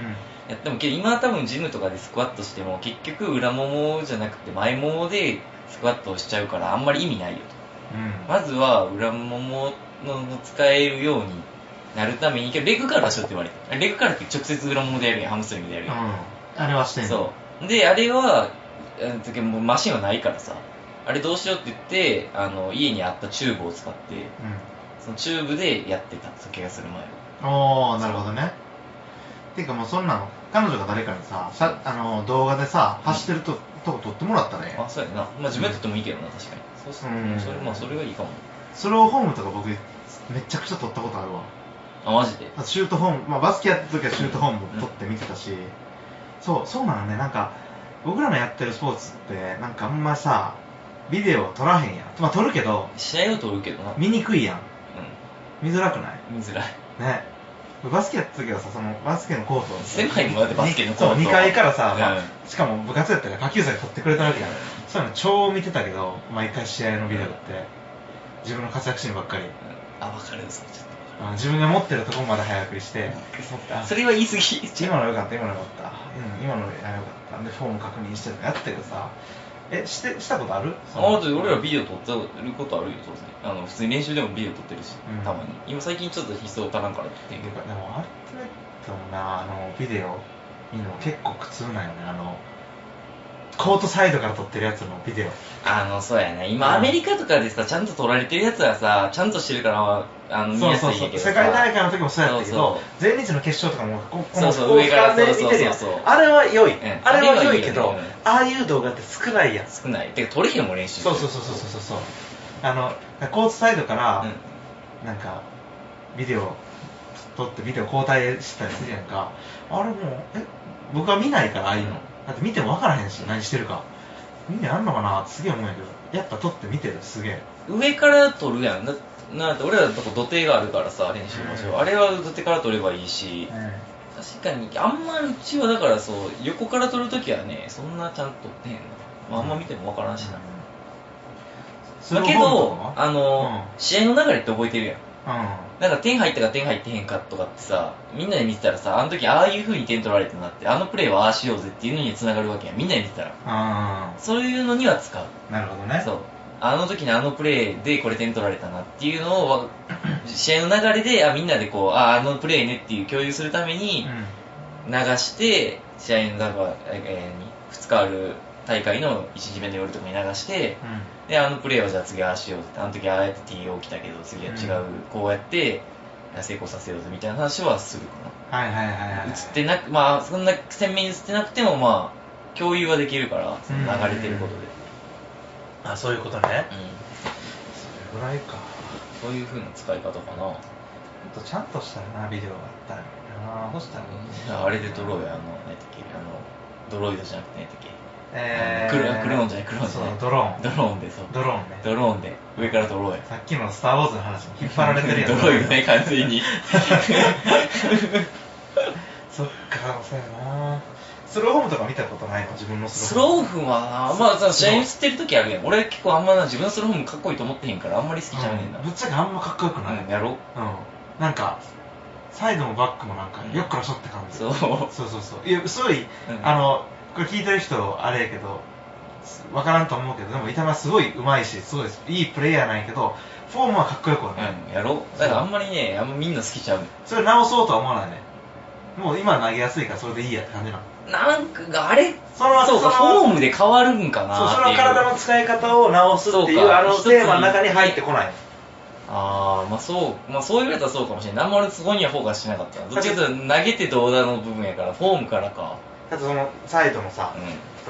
Speaker 1: やっても、けど今は多分ジムとかでスクワットしても、結局裏ももじゃなくて前ももでスクワットをしちゃうから、あんまり意味ないよと。まずは裏ももの使えるようになるために、けどレグからしようって言われて。レグからって直接裏ももでやるやん、ハムストリングでやるやん。
Speaker 2: あれはしてんの
Speaker 1: そうであれはえー時もうマシンはないからさあれどうしようって言ってあの家にあったチューブを使ってそのチューブでやってたそう怪我する前は
Speaker 2: うんおおなるほどねていうかもうそんなの彼女が誰かにさしゃあの動画でさ走ってるととこ撮ってもらったらええやん
Speaker 1: あそうやな、まあ、自分やっててもいいけどな確かにそうす
Speaker 2: うん
Speaker 1: それまあそれがいいかも
Speaker 2: それをホームとか僕めちゃくちゃ撮ったことあるわ
Speaker 1: あマジで
Speaker 2: シュートホーム、まあ、バスケやってる時はシュートホームも撮って見てたし、そうそうなのねなんか僕らのやってるスポーツってなんかあんまさビデオ撮らへんやんまあ撮るけど
Speaker 1: 試合を取るけどな
Speaker 2: 見にくいやん
Speaker 1: う
Speaker 2: 見づらくない
Speaker 1: ん見づらい
Speaker 2: ねバスケやってた時はさそのバスケのコートを
Speaker 1: 狭いもんだってバスケのコート
Speaker 2: そう2階からさ、まあ
Speaker 1: うん
Speaker 2: しかも部活やったから下級生が取ってくれたわけやんそういうの超見てたけど毎回試合のビデオって自分の活躍シーンばっかり
Speaker 1: あ分かるそれちょっと
Speaker 2: あの自分が持ってるとこまで早送りしてあ
Speaker 1: それは言い過ぎ
Speaker 2: 今の良かった今の良かった、うん、今の良かったでフォーム確認してとかやってるさえしてしたことあるそ
Speaker 1: *laughs*
Speaker 2: の
Speaker 1: あと俺らビデオ撮ってることあるよ当然あの普通に練習でもビデオ撮ってるし、
Speaker 2: うん
Speaker 1: たまに今最近ちょっと必須足らんから撮ってんけ
Speaker 2: で
Speaker 1: ど
Speaker 2: もあれってもなあのビデオ見るの結構苦痛なんよねあのコートサイドから撮ってるやつのビデオ
Speaker 1: あのそうやね今アメリカとかでさちゃんと撮られてるやつはさちゃんとしてるからあの見
Speaker 2: そう
Speaker 1: やすい
Speaker 2: そうんそ
Speaker 1: や
Speaker 2: う
Speaker 1: けどさ
Speaker 2: 世界大会の時もそうやったけど
Speaker 1: そうそう
Speaker 2: 前日の決勝とかもここ
Speaker 1: そ
Speaker 2: の
Speaker 1: うそう上から
Speaker 2: 俯瞰で見てるやん
Speaker 1: そうそうそう
Speaker 2: あれは良い、
Speaker 1: ん
Speaker 2: あれは良いけ
Speaker 1: あ
Speaker 2: ど
Speaker 1: れはいいよね
Speaker 2: ああいう動画って少ないやん
Speaker 1: 少ないてか撮れへんもん練習
Speaker 2: そうそうそうそうそうそうあのコートサイドから、
Speaker 1: うん
Speaker 2: なんかビデオ撮ってビデオ交代したりするやんかあれもうえ僕は見ないからああいうのだって見ても分からへんし何してるか意味あんのかなってすげえ思うんやけどやっぱ撮って見てるすげえ
Speaker 1: 上から撮るやんななんて俺らのとこ土手があるからさ練習場所、
Speaker 2: うん
Speaker 1: あれは土手から撮ればいいし、確かにあんまうちはだからそう横から撮るときはねそんなちゃんと撮ってへんな、まあ、あんま見てもわからんしな、だけどあの、試合の流れって覚えてるやんなんか点入ったか点入ってへんかとかってさみんなで見てたらさあの時ああいう風に点取られてなってあのプレーはああしようぜっていうのに繋がるわけやんみんなで見てたら
Speaker 2: うんうん
Speaker 1: そういうのには使う
Speaker 2: なるほどね
Speaker 1: そうあの時のあのプレーでこれ点取られたなっていうのをわ試合の流れであみんなでこうああのプレーねっていう共有するために
Speaker 2: うん
Speaker 1: 流して試合のだから、えー、2日ある大会の1日目の夜とかに流してであのプレーはじゃあ次ああしようぜあの時ああやって TO 来たけど次は違う、
Speaker 2: うん
Speaker 1: こうやって成功させようぜみたいな話はするか
Speaker 2: はいはいはい
Speaker 1: な、
Speaker 2: はい
Speaker 1: 映ってなくまあそんな鮮明に映ってなくてもまあ共有はできるからその流れてることで、
Speaker 2: あそういうことね
Speaker 1: うん
Speaker 2: それぐらいか
Speaker 1: そういう風な使い方かな
Speaker 2: もっとちゃんとしたなビデオがあったらいいなそしたら
Speaker 1: いやあれで撮ろうよあの何やったっけあのドロイドじゃなくて何やったっけ
Speaker 2: え
Speaker 1: クロクローンじゃないクローンじゃない
Speaker 2: そうドローン
Speaker 1: ドローンでそう
Speaker 2: ドローンね
Speaker 1: ドローンで上から撮ろうよ
Speaker 2: さっきの「スター・ウォーズ」の話も引っ張られてるや
Speaker 1: *laughs*
Speaker 2: ん
Speaker 1: ドロイドね完全に
Speaker 2: そっかそうやなスローホームとか見たことないの自分
Speaker 1: *laughs*
Speaker 2: の
Speaker 1: ス
Speaker 2: スロー
Speaker 1: ロー
Speaker 2: ホーム
Speaker 1: フンはなまあその試合に映ってる時あるやん俺結構あんまな自分のスローフンかっこいいと思ってへんからあんまり好きじゃねえんだ
Speaker 2: うんぶっちゃけあんまかっこよくない、
Speaker 1: うんやろ
Speaker 2: うんなんかサイドもバックもなんか
Speaker 1: うん
Speaker 2: よっからしょって感じ、
Speaker 1: そう
Speaker 2: そうそうそういやすごい、
Speaker 1: うん
Speaker 2: あのこれ聞いてる人あれやけど分からんと思うけどでも板前すごい上手いしすごいいいプレイヤーなんやけどフォームはかっこよくはない、
Speaker 1: うんやろだからあんまりねあんまみんな好きちゃう
Speaker 2: それ直そうとは思わないねもう今投げやすいからそれでいいやって感じなの
Speaker 1: なんかあれ
Speaker 2: その
Speaker 1: そうか
Speaker 2: その
Speaker 1: フォームで変わるんかな
Speaker 2: そうそ
Speaker 1: ってい
Speaker 2: の体の使い方を直すってい
Speaker 1: そう
Speaker 2: う
Speaker 1: か
Speaker 2: あのテーマの中に入ってこない
Speaker 1: ああまあそう、まあそう言われたらそうかもしれない。あんまりそこにはフォーカスしなかったな。どっちかというと投げてどうだの部分やから、フォームからか。
Speaker 2: だってそのサイドの
Speaker 1: う
Speaker 2: さ、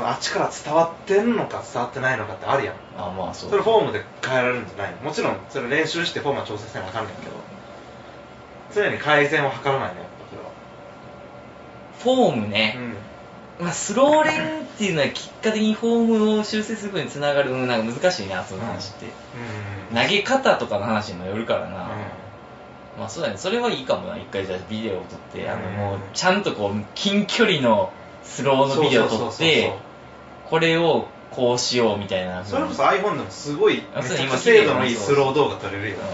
Speaker 1: ん。
Speaker 2: あっちから伝わってんのか伝わってないのかってあるやん
Speaker 1: あまあそう。
Speaker 2: それフォームで変えられるんじゃないのもちろんそれ練習してフォームは調整せなあかんねんけど常に改善を図らないねやっぱそれは
Speaker 1: フォームね。まあスローレンっていうのは結果的にフォームを修正することにつながる、うんなんか難しいな、その話って。
Speaker 2: うん
Speaker 1: 投げ方とかの話にもよるからな。
Speaker 2: うん
Speaker 1: まあそうだね。それはいいかもな。一回じゃあビデオを撮って、あの
Speaker 2: うん
Speaker 1: もうちゃんとこう近距離のスローのビデオを撮っ
Speaker 2: そうそうそう
Speaker 1: て
Speaker 2: そう、
Speaker 1: これをこうしようみたいな。
Speaker 2: それこそ iPhone でもすごい
Speaker 1: あ
Speaker 2: め
Speaker 1: そう
Speaker 2: ちゃくち
Speaker 1: 今
Speaker 2: ゃ精度のいいスロー動画撮れるよ
Speaker 1: うん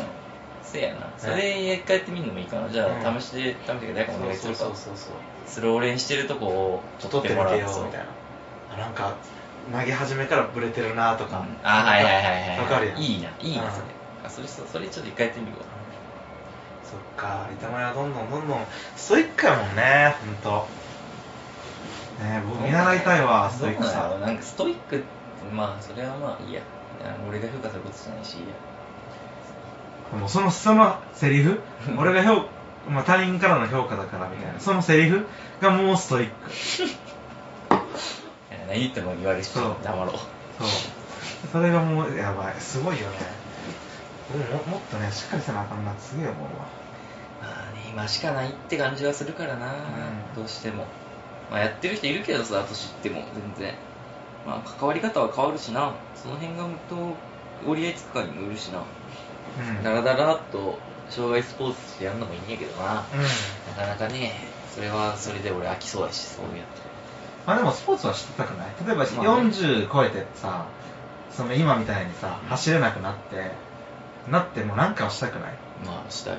Speaker 1: せやなそれ一回やってみるのもいいかなじゃあ
Speaker 2: うん
Speaker 1: 試して試して誰かお願いするか
Speaker 2: そうそうそうそう
Speaker 1: スローレンしてるとこを
Speaker 2: ちょっと撮ってもらうよみたいなあなんか投げ始めからブレてるなとか、
Speaker 1: うんあはいはいはいはい
Speaker 2: わかるやん
Speaker 1: いいないいな
Speaker 2: うん
Speaker 1: それあそれそうそれちょっと一回やってみるわ
Speaker 2: そっか板前はどんどんどんどんストイックやもんねほんとねえ僕見習いたいわストイック
Speaker 1: どうな
Speaker 2: さ
Speaker 1: んやろなんかストイックまあそれはまあいいやあの俺が評価することじゃないしいいや
Speaker 2: でもそのそのセ
Speaker 1: *laughs*
Speaker 2: リフ俺が評、まあ、他人からの評価だからみたいなそのセリフがもうストイック
Speaker 1: いや何言っても言われるし
Speaker 2: そう
Speaker 1: 黙ろう
Speaker 2: そうそれがもうやばいすごいよねでもももっとねしっかりせなあかんなってすげえ思うわ
Speaker 1: まあね今しかないって感じはするからな、
Speaker 2: うん
Speaker 1: どうしても、まあ、やってる人いるけどさ年いっても全然まあ関わり方は変わるしなその辺が本当折り合いつくかにもよるしな、
Speaker 2: うん
Speaker 1: ダラダラっと障害スポーツってやんのもいいんやけどな、
Speaker 2: うん
Speaker 1: なかなかねそれはそれで俺飽きそうやしそういうや
Speaker 2: まあでもスポーツは知ってたくない例えば
Speaker 1: まあね
Speaker 2: 40超えてさその今みたいにさ走れなくなってなってもなんかをしたくない
Speaker 1: つまあしたいよ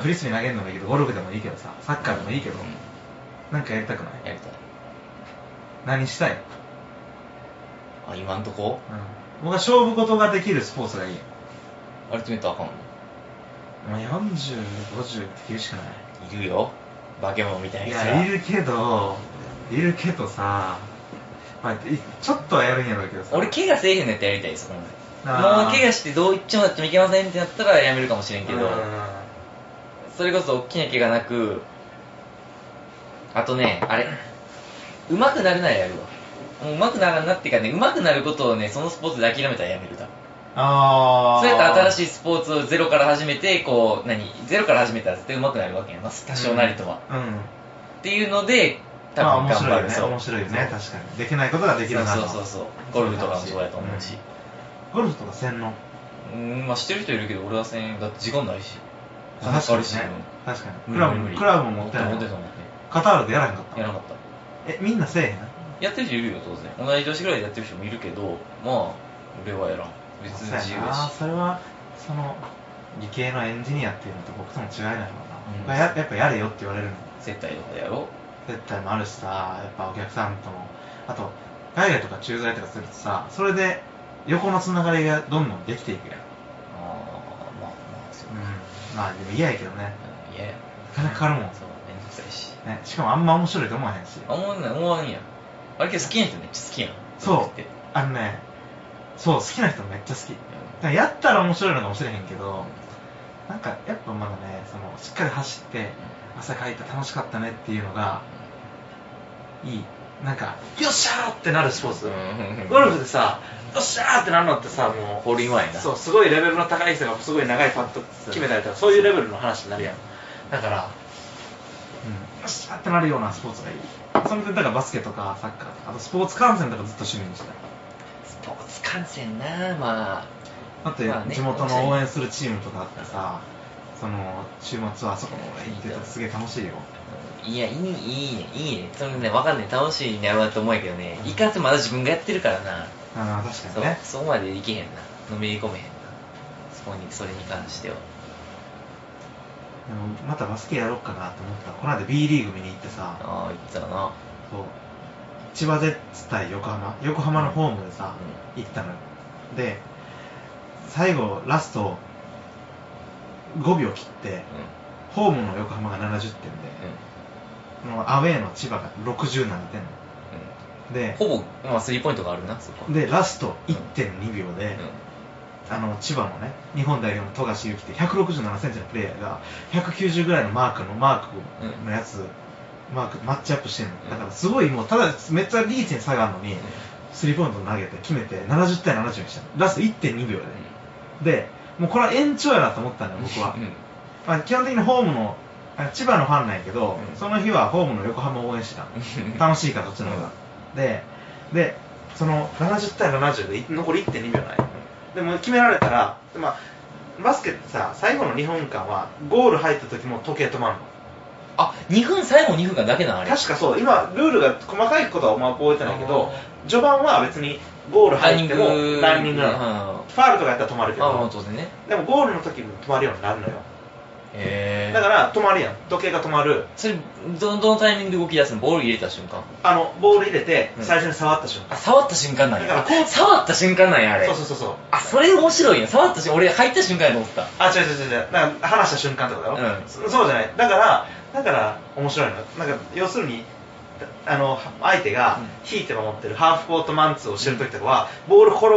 Speaker 2: フリスビー投げるのもいいけどゴルフでもいいけどさサッカーでもいいけど、
Speaker 1: うん
Speaker 2: なんかやりたくない
Speaker 1: やりたい
Speaker 2: 何したい、うん、
Speaker 1: あ今んとこ
Speaker 2: 僕は勝負事ができるスポーツがいい
Speaker 1: アルティメットあかんの
Speaker 2: まあ4050って厳しくない
Speaker 1: いるよ化け物みたい
Speaker 2: い
Speaker 1: な
Speaker 2: やい
Speaker 1: る
Speaker 2: るけどいるけどさ、まあ、いちょっとはやるんやろうけどさ
Speaker 1: 俺怪我せえへんのやったらやりたいですもう
Speaker 2: あー
Speaker 1: 怪我してどういっちもなってもいけませんってなったらやめるかもしれんけど
Speaker 2: う
Speaker 1: それこそ大きな怪我なくあとねあれ上手くなるならやるわもう上手くならんなってからね上手くなることをねそのスポーツで諦めたらやめるだ
Speaker 2: んああ
Speaker 1: そうやったら新し
Speaker 2: い
Speaker 1: いスポーツをゼロから始めてこう何ゼロから始めたら絶対上手くなるわけやな多少なりとは、
Speaker 2: うん、うん
Speaker 1: っていうので多
Speaker 2: まあ
Speaker 1: 分
Speaker 2: 面
Speaker 1: 頑
Speaker 2: 白
Speaker 1: 張
Speaker 2: いよ
Speaker 1: る、
Speaker 2: ね
Speaker 1: そう
Speaker 2: 面白いよね確かにできないことができるなと
Speaker 1: そうそうそうゴルフとかもそうやと思うし、
Speaker 2: うんゴルフとか洗脳
Speaker 1: うんまあ知ってる人いるけど俺はせんだって時間ないし金
Speaker 2: 確
Speaker 1: かか
Speaker 2: か
Speaker 1: る
Speaker 2: にね
Speaker 1: し、
Speaker 2: 確かに
Speaker 1: 無
Speaker 2: ク
Speaker 1: 理
Speaker 2: ラ
Speaker 1: 無理無
Speaker 2: ブ
Speaker 1: 理
Speaker 2: クラブも持ってない
Speaker 1: 持ってた持って
Speaker 2: カタールでやらへんかったた
Speaker 1: やらなかった
Speaker 2: えみんなせえへん
Speaker 1: やってる人いるよ当然同じ年ぐらいでやってる人もいるけどまあ俺はやらん別に自由
Speaker 2: そうや
Speaker 1: や
Speaker 2: な
Speaker 1: し
Speaker 2: それはその理系のエンジニアっていうのと僕とも違いなのか
Speaker 1: うん
Speaker 2: な、ややっぱやれよって言われるの
Speaker 1: 接待とかでやろ
Speaker 2: 絶対もあるしさやっぱお客さんともあと海外とか駐在とかするとさそれで横のつながりがどんどんできていくや
Speaker 1: あ
Speaker 2: ん、
Speaker 1: あまあまあそう
Speaker 2: まあでも嫌やけどね
Speaker 1: いや
Speaker 2: 金かかるもん
Speaker 1: そうめんどくさいし
Speaker 2: ねしかもあんま面白いと思わへんし
Speaker 1: あ思わんない思わんやんあれけど好きな人めっちゃ好きやん
Speaker 2: そ
Speaker 1: って
Speaker 2: うあのねそう好きな人めっちゃ好きだからやったら面白いのかもしれへんけどなんかやっぱまだねそのしっかり走って汗かいた楽しかったねっていうのがいいなんかよっしゃーってなるスポーツ、
Speaker 1: うん
Speaker 2: ゴルフでさよっしゃーってなるのってさもう
Speaker 1: ホールインワンやな
Speaker 2: そうすごいレベルの高い人がすごい長いパット決めたりとかそういうレベルの話になるやんだから、うん、よっしゃーってなるようなスポーツがいいそれでだからバスケとかサッカーとかあとスポーツ観戦とかずっと趣味にしたい
Speaker 1: スポーツ観戦なまあ
Speaker 2: だって
Speaker 1: まあね
Speaker 2: 地元の応援するチームとかあってさその週末はあそこの応援行ってたらすげえ楽しいよ
Speaker 1: いやいいいいねいいねそれねわかんない楽しいんやろうなと思うけどねいかんせんまだ自分がやってるからな
Speaker 2: あー確かにね
Speaker 1: そうそこまでいけへんなのめり込めへんなそこにそれに関しては
Speaker 2: でもまたバスケやろうかなと思ったらこの間 B リーグ見に行ってさ
Speaker 1: ああ言ってたな
Speaker 2: そう千葉ジェッツ対横浜横浜のホームでさ、行ったのよで最後ラスト5秒切って
Speaker 1: うん
Speaker 2: ホームの横浜が70点で、もうアウェーの千葉が67点
Speaker 1: う
Speaker 2: で
Speaker 1: んうんほぼまあスリーポイントがあるなそこ
Speaker 2: でラスト1.2秒で、あの千葉のね日本代表の富樫勇樹って1 6 7センチのプレイヤーが190ぐらいのマークのマークのやつ、マークマッチアップしてんの、だからすごいもうただめっちゃリーチに差があるのに、スリーポイント投げて決めて70対70にしたのラスト1.2秒で、でもうこれは延長やなと思ったんだよ僕
Speaker 1: *laughs*
Speaker 2: は、
Speaker 1: うん
Speaker 2: まあ、基本的にホームのあ千葉のファンなんやけど、
Speaker 1: うん
Speaker 2: その日はホームの横浜を応援してた
Speaker 1: *laughs* うん
Speaker 2: 楽しいからそっちの方が、ででその70対70でい残り1.2秒ないでも決められたら、まあ、バスケってさ最後の2分間はゴール入った時も時計止まるの
Speaker 1: あ2分最後2分間だけなのあれ
Speaker 2: 確かそう今ルールが細かいことはあんま覚えてないけど
Speaker 1: あ
Speaker 2: 序盤は別にゴール入っても
Speaker 1: ランニング
Speaker 2: ランニングなの
Speaker 1: うん
Speaker 2: ファールとかやったら止まるけ
Speaker 1: あまあ
Speaker 2: ど
Speaker 1: 当然ね
Speaker 2: でもゴールの時も止まるようになるのよ
Speaker 1: へえ
Speaker 2: だから止まるやん時計が止まる
Speaker 1: それどどのタイミングで動き出すのボール入れた瞬間
Speaker 2: あのボール入れて
Speaker 1: うん
Speaker 2: 最初に触った瞬間、
Speaker 1: あ触った瞬間なん
Speaker 2: だ
Speaker 1: や
Speaker 2: からこう
Speaker 1: 触った瞬間なんやあれ
Speaker 2: そうそうそうそう
Speaker 1: あそれ面白いや触った瞬間俺入った瞬間やと思った
Speaker 2: あ、違う違う違う違う。なんか話した瞬間ってことだろ、
Speaker 1: うん
Speaker 2: そそうじゃない。だから、だから面白いの。なんか、要するに、あの、相手が引いて守ってるハーフコートマンツーをしてる時とかは、ボール転が、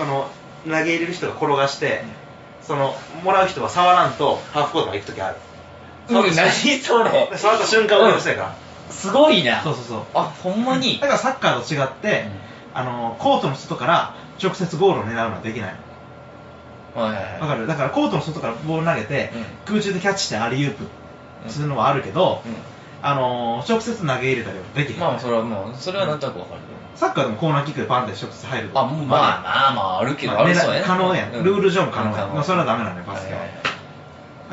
Speaker 2: あの、投げ入れる人が転がして、その、もらう人は触らんと、ハーフコートまで行く時ある。
Speaker 1: うん何それ
Speaker 2: で *laughs* 触った瞬間、
Speaker 1: うん
Speaker 2: ボールしたいから。
Speaker 1: すごいな
Speaker 2: そうそうそう
Speaker 1: あほんまに
Speaker 2: だからサッカーと違って、あの、コートの外から直接ゴールを狙うのはできないの。
Speaker 1: はいはいはい
Speaker 2: わかるだからコートの外からボール投げて、空中でキャッチしてアリウープするのはあるけど、
Speaker 1: う
Speaker 2: あのー直接投げ入れたりはできへ
Speaker 1: ん
Speaker 2: ん、
Speaker 1: まあそれはもうそれはなんとなくわかるよ
Speaker 2: サッカーでもコーナーキックでパンって直接入る
Speaker 1: あもうまあまあまああるけどあれそうやね
Speaker 2: 可能やん、ルール上も可能やん、
Speaker 1: うん
Speaker 2: まあ、それはダメなのよバスケは、
Speaker 1: はいはいはい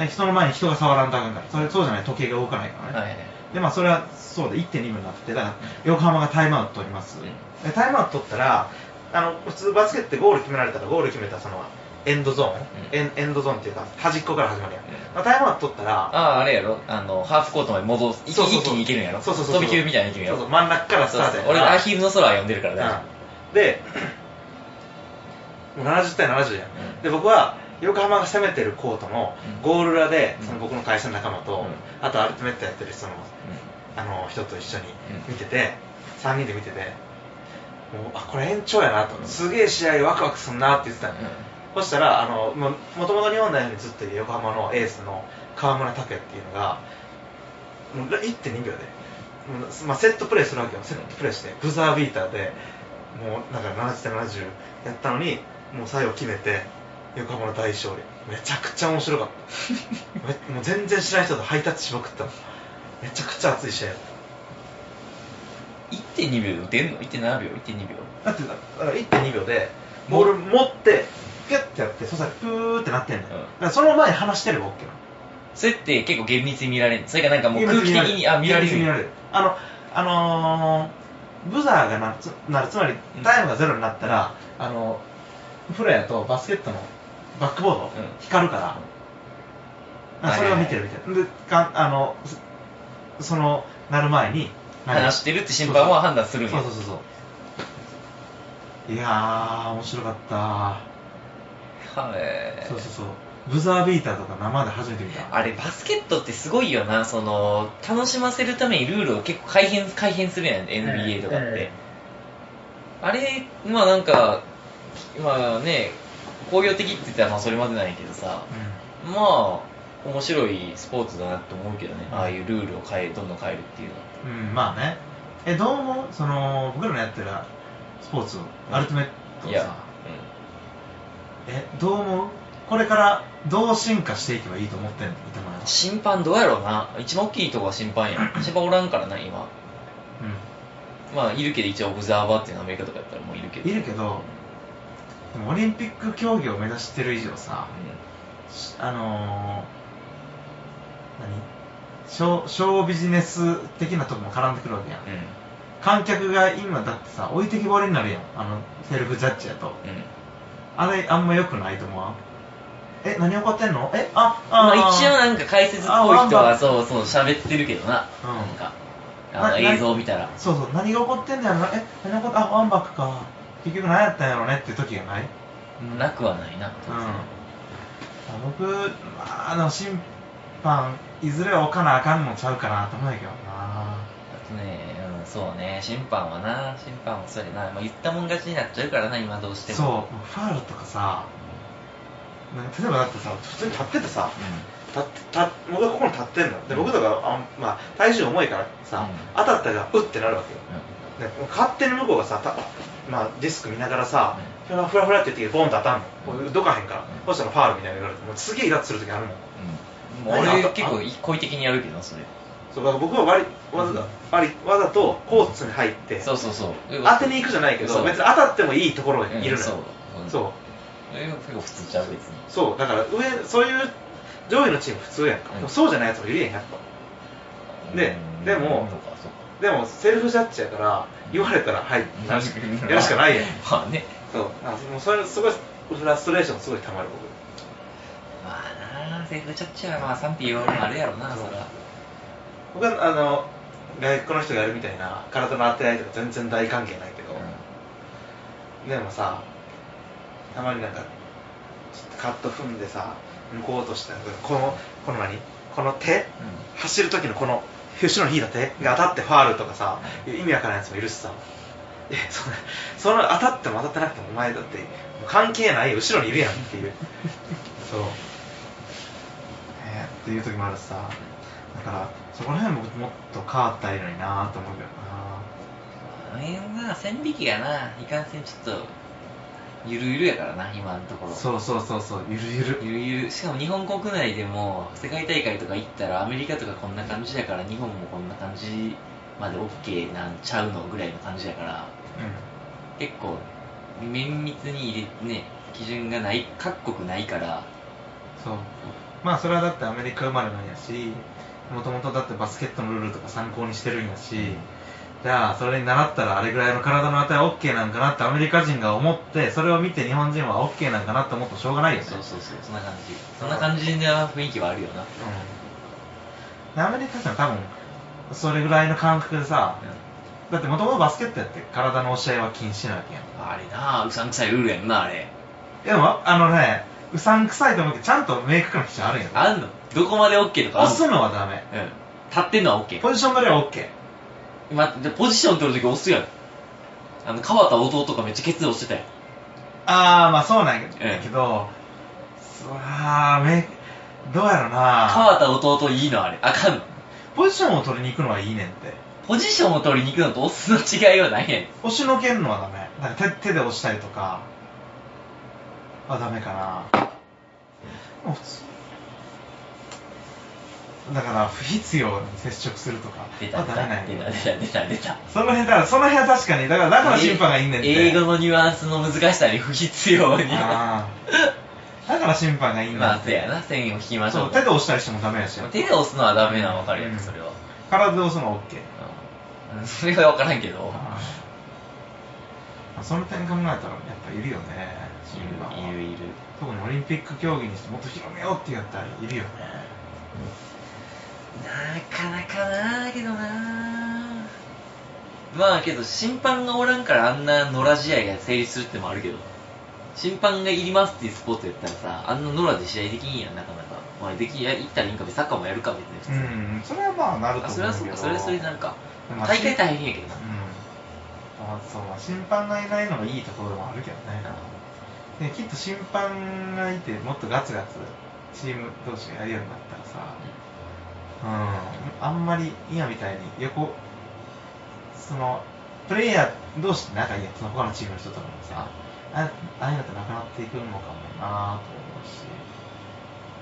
Speaker 2: ね人の前に人が触らんとあかんからそれそうじゃないと時計が動かないからね、
Speaker 1: はいはい
Speaker 2: でまあそれはそうで1.2分になってだから横浜がタイムアウト取ります、
Speaker 1: うん
Speaker 2: でタイムアウト取ったらあの普通バスケってゴール決められたらゴール決めたそのエンドゾーン、エンエンドゾーンっていうか端っこから始まるやん、
Speaker 1: うん
Speaker 2: まあ、タイムアウト取ったら
Speaker 1: あああれやろあのハーフコートまで戻す一
Speaker 2: そうそう
Speaker 1: 一
Speaker 2: そう
Speaker 1: 気にいけるんやろ
Speaker 2: そうそうそうそう
Speaker 1: 飛び級みたいにいけるんやろ
Speaker 2: そうそう真ん中からスタートや
Speaker 1: そうそう
Speaker 2: か
Speaker 1: 俺
Speaker 2: ら
Speaker 1: アヒルの空は読んでるから大丈夫
Speaker 2: うんで、もう70対70やん、
Speaker 1: うん
Speaker 2: で僕は横浜が攻めてるコートの
Speaker 1: うん
Speaker 2: ゴール裏で、
Speaker 1: うん
Speaker 2: その僕の会社の仲間と、
Speaker 1: う
Speaker 2: あとアルティメットやってる人のあの人と一緒に見てて、3人で見てて、もうあこれ延長やなと、
Speaker 1: うん
Speaker 2: すげえ試合ワクワクすんなって言ってたの、
Speaker 1: うん
Speaker 2: そしたらあのもともと日本代表にずっといる横浜のエースの川村拓也っていうのがもう1.2秒で、もうまあ、セットプレーするわけよセットプレーしてブザービーターでもうなんか70対70やったのにもう最後決めて横浜の大勝利めちゃくちゃ面白かった *laughs* めもう全然知らない人とハイタッチしまくっためちゃくちゃ熱い試合やった
Speaker 1: 1.2秒で打てんの1.7秒1.2秒
Speaker 2: だってだから1.2秒でボール持ってピュッてやってそしたらプーってなってんの、よ
Speaker 1: うん
Speaker 2: だからその前に離してれば OK
Speaker 1: それって結構厳密に見られるそれがなんか
Speaker 2: なの
Speaker 1: もう空気的にあ見られ
Speaker 2: 厳
Speaker 1: るん
Speaker 2: 密見
Speaker 1: や
Speaker 2: られるあのあのー、ブザーがなつなるつまり
Speaker 1: うん
Speaker 2: タイムがゼロになったら、あのプロやとバスケットのバックボード、
Speaker 1: うん
Speaker 2: 光るから、なんかそれを見てるみたいなでかあのそそのなる前に
Speaker 1: 話してるって審判は判断するんや
Speaker 2: そうそうそうそういやー面白かった
Speaker 1: はい
Speaker 2: そうそうそうブザービーターとか生で初めて見た
Speaker 1: あれバスケットってすごいよなその楽しませるためにルールを結構改変改変するやん NBA とかって、あれまあなんかまあね工業的って言ったらまあそれまでなんやけどさまあ面白いスポーツだなって思うけどねああいうルールを変えどんどん変えるっていうのは
Speaker 2: うん、うん、まあねえどう思うその僕らのやってるスポーツアルティメット
Speaker 1: い
Speaker 2: を
Speaker 1: や
Speaker 2: さ、えどう思うこれからどう進化していけばいいと思ってんの板前
Speaker 1: う
Speaker 2: は
Speaker 1: ん、審判どうやろうな一番大きいとこは審判や
Speaker 2: *laughs*
Speaker 1: ん審判おらんからな今まあいるけど一応オブザーバーっていうのはアメリカとかやったらもういるけ
Speaker 2: うん、
Speaker 1: ど
Speaker 2: いるけどでもオリンピック競技を目指してる以上さ、しあのー、何ショーショービジネス的なとこも絡んでくるわけやん、
Speaker 1: うんうん
Speaker 2: 観客が今だってさ置いてきぼりになるやんあのセルフジャッジや
Speaker 1: う
Speaker 2: と
Speaker 1: ん
Speaker 2: あれあんま良くないと思わんえ何怒ってんのえああ
Speaker 1: まあ一応なんか解説っぽい人
Speaker 2: あワンバ
Speaker 1: は
Speaker 2: ン
Speaker 1: そうそう喋ってるけどな、
Speaker 2: うん
Speaker 1: なんか
Speaker 2: な
Speaker 1: あの
Speaker 2: な
Speaker 1: 映像を見たら
Speaker 2: そうそう何が怒ってんだよなえ何怒ってあワンバックか結局何やったんやろねって時がない
Speaker 1: なくはないな、
Speaker 2: うん僕、まあ、あの審判いずれは置かなあかんのちゃうかなと思うんやけどな
Speaker 1: あとね、うん、そうね審判はな審判はそうやな、まあ、言ったもん勝ちになっちゃうからな今どうして
Speaker 2: そう
Speaker 1: も
Speaker 2: もうファウルとかさなんか例えばだってさ普通に立っててさ、立って立僕はここに立ってんので僕とかあん、まあ、体重重いからさ、
Speaker 1: う
Speaker 2: 当たったらうってなるわけよでもう勝手に向こうがさた、まあ、ディスク見ながらさ、ふらふらふらって言ってボンと当たんの、
Speaker 1: うん
Speaker 2: こうどかへんから、
Speaker 1: うん
Speaker 2: そしたらファールみたいなの言われてもうすげえイラッとする時あるも
Speaker 1: う
Speaker 2: ん
Speaker 1: ん、うん、もう
Speaker 2: 何
Speaker 1: 俺
Speaker 2: が
Speaker 1: 結構一向意的にやるけどなそれ
Speaker 2: そうだから僕はわりわざ,、わりわざとコースに入って
Speaker 1: そうそうそう
Speaker 2: 当てに行くじゃないけ
Speaker 1: そ
Speaker 2: ど
Speaker 1: う
Speaker 2: 別に当たってもいいところ
Speaker 1: う
Speaker 2: に
Speaker 1: ん
Speaker 2: いるの
Speaker 1: そう
Speaker 2: よ、
Speaker 1: うん
Speaker 2: そう
Speaker 1: それが結構普通ちゃう別に
Speaker 2: そうだから上そういう上位のチーム普通やんか、
Speaker 1: うん
Speaker 2: でもそうじゃないやつもいるやんやっぱで
Speaker 1: うん
Speaker 2: でも
Speaker 1: そうかそうか
Speaker 2: でもセルフジャッジやから言われたらはいやるしやるしかないやん
Speaker 1: *laughs* まあね
Speaker 2: そうなんかもうそれすごいフラストレーションすごいたまる僕
Speaker 1: まあなセーフジャッジはまあ賛否いろいろあるやろなそら
Speaker 2: 僕はあの外国の人がやるみたいな体の当て合いとか全然大歓迎ないけど、でもさたまになんかちょっとカット踏んでさ向こうとしたらこのこの何この手、走る時のこの後ろの引いた手が当たってファールとかさ意味わからないやつもいるしさえそのその当たっても当たってなくてもお前だってもう関係ない後ろにいるやんっていうそうえーっていう時もあるしさだからそこら辺ももっと変わったらいいのになと思うけどな
Speaker 1: あの辺な線引きがないかんせんちょっとゆるゆるやからな今のところ
Speaker 2: そうそうそうそうゆるゆる
Speaker 1: ゆるゆるしかも日本国内でも世界大会とか行ったらアメリカとかこんな感じだから日本もこんな感じまで OK なんちゃうのぐらいの感じだから結構綿密に入れね基準がない各国ないから
Speaker 2: そうまあそれはだってアメリカ生まれなんやしもともとだってバスケットのルールとか参考にしてるんやし、じゃあそれに習ったらあれぐらいの体の値は OK なんかなってアメリカ人が思ってそれを見て日本人は OK なんかなって思ってしょうがないよね
Speaker 1: そうそうそうそんな感じそんな感じな雰囲気はあるよな
Speaker 2: うんでアメリカ人は多分それぐらいの感覚でさ、だってもともとバスケットやって体の押し合いは禁止なわけやん
Speaker 1: あれなあうさんくさいルールやんなあれ
Speaker 2: でもあのねうさんくさいと思ってちゃんと明確な基準あるんや
Speaker 1: あんのどこまで OK と
Speaker 2: ろ
Speaker 1: かあんの
Speaker 2: 押すのはダメ
Speaker 1: うん立ってんのは OK
Speaker 2: ポジション取りは OK
Speaker 1: 待ってでポジション取るとき押すやんあの川田弟とかめっちゃケツ押してたやん
Speaker 2: ああまあそうなんや
Speaker 1: ええ
Speaker 2: けど、ああめどうやろな
Speaker 1: 川田弟いいのあれあかんの
Speaker 2: ポジションを取りに行くのはいいねんって
Speaker 1: ポジションを取りに行くのと押すの違いはないやん
Speaker 2: 押しのけるのはダメなんか手手で押したりとかはダメかなもう普通だから不必要に接触するとか
Speaker 1: 出た
Speaker 2: は
Speaker 1: 出
Speaker 2: ダメな
Speaker 1: た
Speaker 2: ん
Speaker 1: 出た
Speaker 2: や
Speaker 1: 出た出た出た
Speaker 2: その辺だからその辺は確かにだからだから審判がいいねんって
Speaker 1: 英語のニュアンスの難しさに不必要に
Speaker 2: あーだから審判がいいねん
Speaker 1: *laughs* まあそうやな線を引きまし
Speaker 2: そ
Speaker 1: ょう
Speaker 2: う手で押したりしてもダメやし
Speaker 1: 手で押すのはダメなの分かるやん、
Speaker 2: うん
Speaker 1: それは、
Speaker 2: 体で押すのは OK
Speaker 1: うん、それは分からんけど
Speaker 2: あーその点考えたらやっぱいるよね審判はい
Speaker 1: るいる
Speaker 2: 特にオリンピック競技にしてもっと広めようっていうやったらいるよね
Speaker 1: なかなかなあけどなまあけど審判がおらんからあんな野良試合が成立するってのもあるけど審判がいりますっていうスポーツやったらさあんな野良で試合できんやんなかなかまあできんや行ったらいいんか別にサッカーもやるか別に普
Speaker 2: う
Speaker 1: 通に、
Speaker 2: んそれはまあなると
Speaker 1: あ
Speaker 2: 思う
Speaker 1: そ
Speaker 2: け
Speaker 1: れは
Speaker 2: ど
Speaker 1: そうかそれはそれでなんか
Speaker 2: まあ
Speaker 1: 大会大変やけど
Speaker 2: う
Speaker 1: なん
Speaker 2: まあそうまあ審判がいないのがいいところでもあるけどねできっと審判がいてもっとガツガツチーム同士がやるようになったらさうんあんまり今みたいに横そのプレイヤー同士って仲いいやつの他のチームの人とかもさあああいうのってなくなっていくのかもなと思うし、ね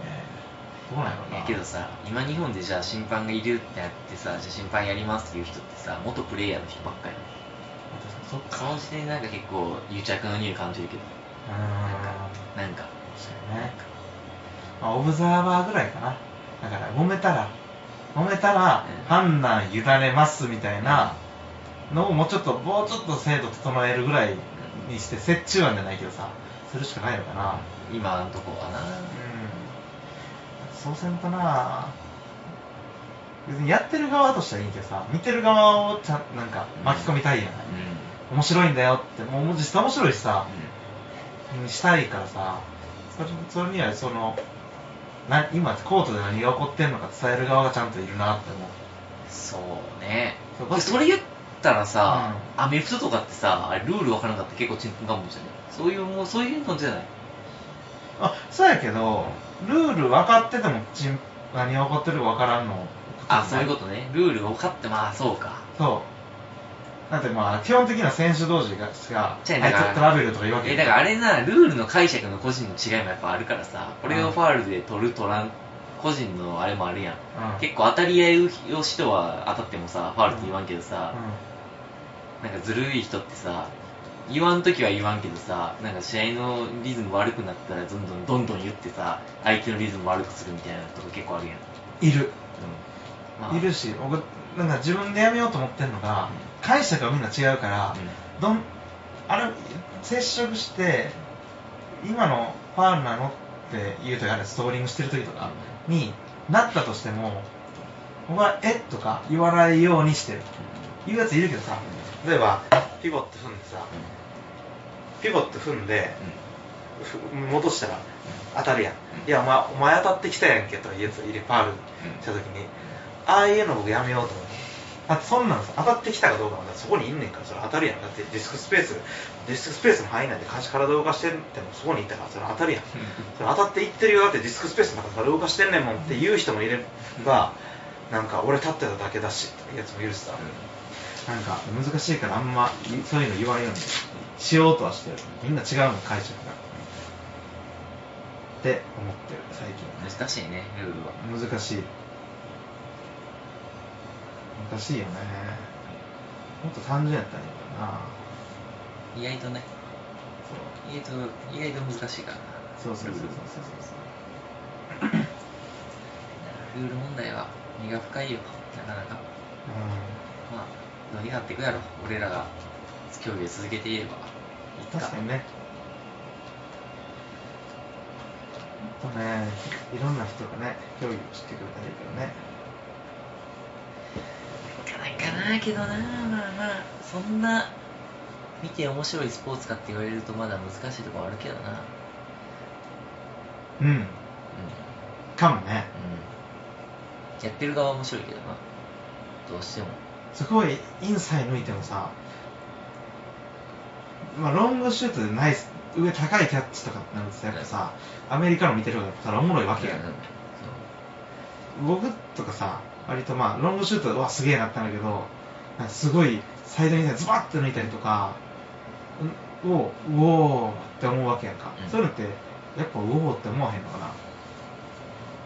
Speaker 2: えどうなんやろう
Speaker 1: い
Speaker 2: な
Speaker 1: やけどさ今日本でじゃあ審判がいるってなってさじゃあ審判やりますっていう人ってさ元プレイヤーの人ばっかり
Speaker 2: そっか
Speaker 1: その時点でなんか結構癒着の匂い感じるけど
Speaker 2: うーん
Speaker 1: なんか
Speaker 2: そうね、まあ、オブザーバーぐらいかなだから揉めたら揉めたら
Speaker 1: うん
Speaker 2: 判断委ねますみたいなのをもうちょっともうちょっと制度整えるぐらいにして折衷案じゃないけどさするしかないのかな
Speaker 1: 今のとこはな
Speaker 2: うんそうせんとな別にやってる側としてはいいけどさ見てる側をちゃんなんか巻き込みたいやない、
Speaker 1: うん
Speaker 2: 面白いんだよってもうもう実際面白いしさ、にしたいからさそれそれにはそのな今コートで何が起こってんのか伝える側がちゃんといるなって思う
Speaker 1: そうね
Speaker 2: そう
Speaker 1: まあそれ言ったらさ、アメフトとかってさあれルール分からんかったら結構ちんぷんかんぷんじゃないそういうもうそういうのじゃない
Speaker 2: あそうやけどルール分かっててもちん何が起こってるか分からんの
Speaker 1: あそういうことねルール分かってまあそうか
Speaker 2: そうだってまあ基本的には選手同士がしかあいつ
Speaker 1: じゃあだから
Speaker 2: トラベルとか言うわけ
Speaker 1: えだからあれなルールの解釈の個人の違いもやっぱあるからさこれをファールで取る取らん個人のあれもあるやん、
Speaker 2: うん
Speaker 1: 結構当たり合いを人は当たってもさファールって言わんけどさ、なんかずるい人ってさ言わんときは言わんけどさなんか試合のリズム悪くなったらどんどんどんどん言ってさ相手のリズム悪くするみたいなとこ結構あるやん、
Speaker 2: うん、いる
Speaker 1: まあ
Speaker 2: いるし僕なんか自分でやめようと思ってんのが解釈がみんな違うから、
Speaker 1: う
Speaker 2: どんあれ接触して今のファウルなのって言うとあれストーリングしてる時とかになったとしても僕は「えっ?」とか言わないようにしてる言うやついるけどさ例えばピボット踏んでさピボット踏んでふ戻したら当たるやん「いやお前お前当たってきたやんけ」とか言うやついるファウルした時にああいうの僕やめようと思ってだってそんなのさ当たってきたかどうかもだってそこにいんねんからそれ当たるやんだってディスクスペースディスクスペースの範囲内で体動かしてんってもそこにいたからそれ当たるやんそれ当たっていってるよだってディスクスペースの中から動かしてんねんもんって言う人もいればなんか俺立ってただけだしってやつもいるしさなんか難しいからあんまそういうの言わんようにしようとはしてるみんな違うの解釈がって思ってる最近
Speaker 1: 難しいねルールは
Speaker 2: 難しい難しいよねもっと単純やったらいいのかな
Speaker 1: 意外とね
Speaker 2: そ
Speaker 1: 意外と意外と難しいからな
Speaker 2: うそうそうそうそうそうそう
Speaker 1: ルール問題は根が深いよなかなかまあどうにかなっていくやろ俺らが競技を続けていればいつ
Speaker 2: 確かにねあとねいろんな人がね競技を知ってくれたらいいけどね
Speaker 1: いかないかなけどなまあまあそんな見て面白いスポーツかって言われるとまだ難しいところあるけどな
Speaker 2: うん
Speaker 1: う
Speaker 2: かもね
Speaker 1: んうんやってる側は面白いけどなどうしても
Speaker 2: すごいインサイ抜いてもさまあロングシュートでナイス上高いキャッチとかってなるとさやっぱさアメリカの見てる方がやっぱそれおもろいわけやん
Speaker 1: うんそう
Speaker 2: 僕とかさ割とまあロングシュートはすげえなったんだけどなんかすごいサイドにズバッて抜いたりとかんおううおーって思うわけやんか、
Speaker 1: うん
Speaker 2: そういうのってやっぱうおーって思わへんのかな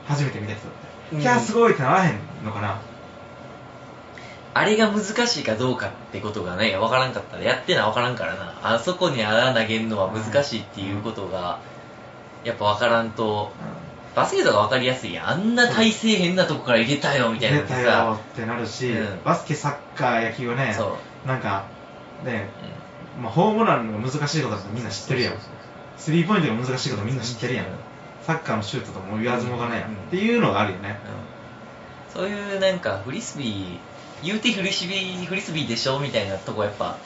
Speaker 2: 初めて見た人って、
Speaker 1: うん
Speaker 2: キャーすごいってならへんのかな
Speaker 1: あれが難しいかどうかってことがね、わからんかったら、やってなわからんからな。あそこに穴投げるのは難しいっていうことが、やっぱわからんと、バスケットがわかりやすいやん。あんな体勢変なとこから入れたよ、みたいなの
Speaker 2: 出
Speaker 1: って
Speaker 2: たよ
Speaker 1: さ。
Speaker 2: ってなるし、
Speaker 1: うん
Speaker 2: バスケサッカー野球はね
Speaker 1: そ
Speaker 2: なんかね
Speaker 1: う、うん
Speaker 2: まあ、ホームランが難しいことだとみんな知ってるやん
Speaker 1: そうそうそう
Speaker 2: スリーポイントが難しいことみんな知ってるやん
Speaker 1: うん
Speaker 2: サッカーのシュートとも言わずもがないやん、
Speaker 1: うん
Speaker 2: っていうのがあるよね
Speaker 1: そういうなんか、フリスビー、言うてフリスビー、フリスビーでしょみたいなとこやっぱ、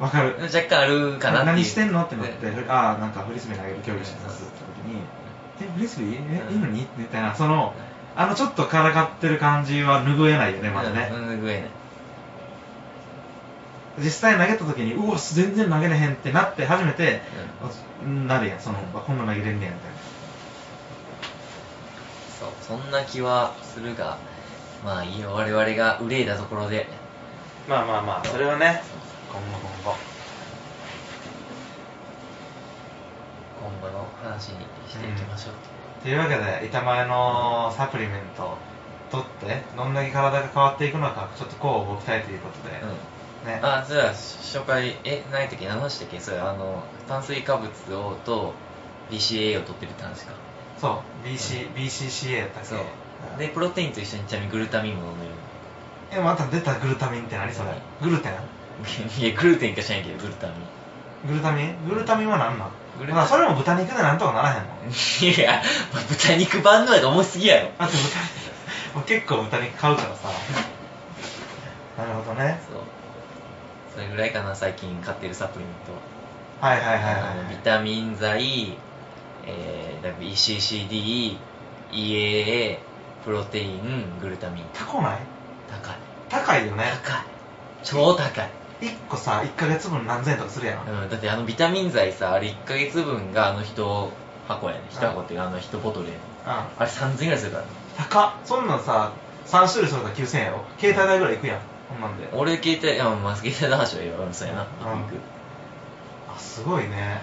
Speaker 2: わかる
Speaker 1: 若干あるかなっていう。
Speaker 2: 何してんのってなって、
Speaker 1: ね
Speaker 2: ふああなんかフリスビー投げる競技してますって時にえフリスビーえ、
Speaker 1: うん
Speaker 2: いいのにみたいなそのあのちょっとからかってる感じは拭えないよねまだね
Speaker 1: う、ん、うんぐえない。
Speaker 2: 実際投げた時にうわ全然投げれへんってなって初めて、うんなるやんそのあこんなん投げれんねやみたいな
Speaker 1: そうそんな気はするがまあいいよ我々が憂いだところで
Speaker 2: まあまあまあそれはね今後今後
Speaker 1: 今後の話にしていきましょう、
Speaker 2: というわけで板前のサプリメントを取ってどんだけ体が変わっていくのかちょっとこう動きたいということで、
Speaker 1: うん
Speaker 2: ね
Speaker 1: あじゃあ紹介え何やったっけ何の話だっけそれあの炭水化物をと BCAA を取ってるって話か
Speaker 2: そう BC、BCCA やったっけ
Speaker 1: そう
Speaker 2: うん
Speaker 1: でプロテインと一緒にちなみにグルタミンも飲んでる *laughs*
Speaker 2: えまた出たグルタミンって何それグルテン
Speaker 1: いやグルテンか知らんけどグルタミ
Speaker 2: グルタミングルタミンは何なん
Speaker 1: グルタミン
Speaker 2: まあそれも豚肉でなんとかならへんの
Speaker 1: ン *laughs* いや豚肉万能やと思いすぎやろ
Speaker 2: あと豚肉もう結構豚肉買うからさなるほどね
Speaker 1: そうそれぐらいかな最近買ってるサプリメントは
Speaker 2: はいはいはいはい
Speaker 1: あのビタミン剤、えー、ECCD、EAA、プロテイン、グルタミン。
Speaker 2: 高ない
Speaker 1: 高い。
Speaker 2: 高いよね
Speaker 1: 高い。超高い。
Speaker 2: 1個さ1ヶ月分何千円とかするやん、
Speaker 1: うん、だってあのビタミン剤さ、あれ1ヶ月分があの人箱やね。一箱っていうかあの一ボトルやね。
Speaker 2: うん
Speaker 1: あれ3000円ぐらいするからね。
Speaker 2: 高っそんなんさ3種類するから9000円やろ携帯代ぐらいいくやんこんなんで
Speaker 1: 俺携帯、いや、まあ、携帯の話は言わんそうやな。
Speaker 2: うん
Speaker 1: 行く行く
Speaker 2: あすごいね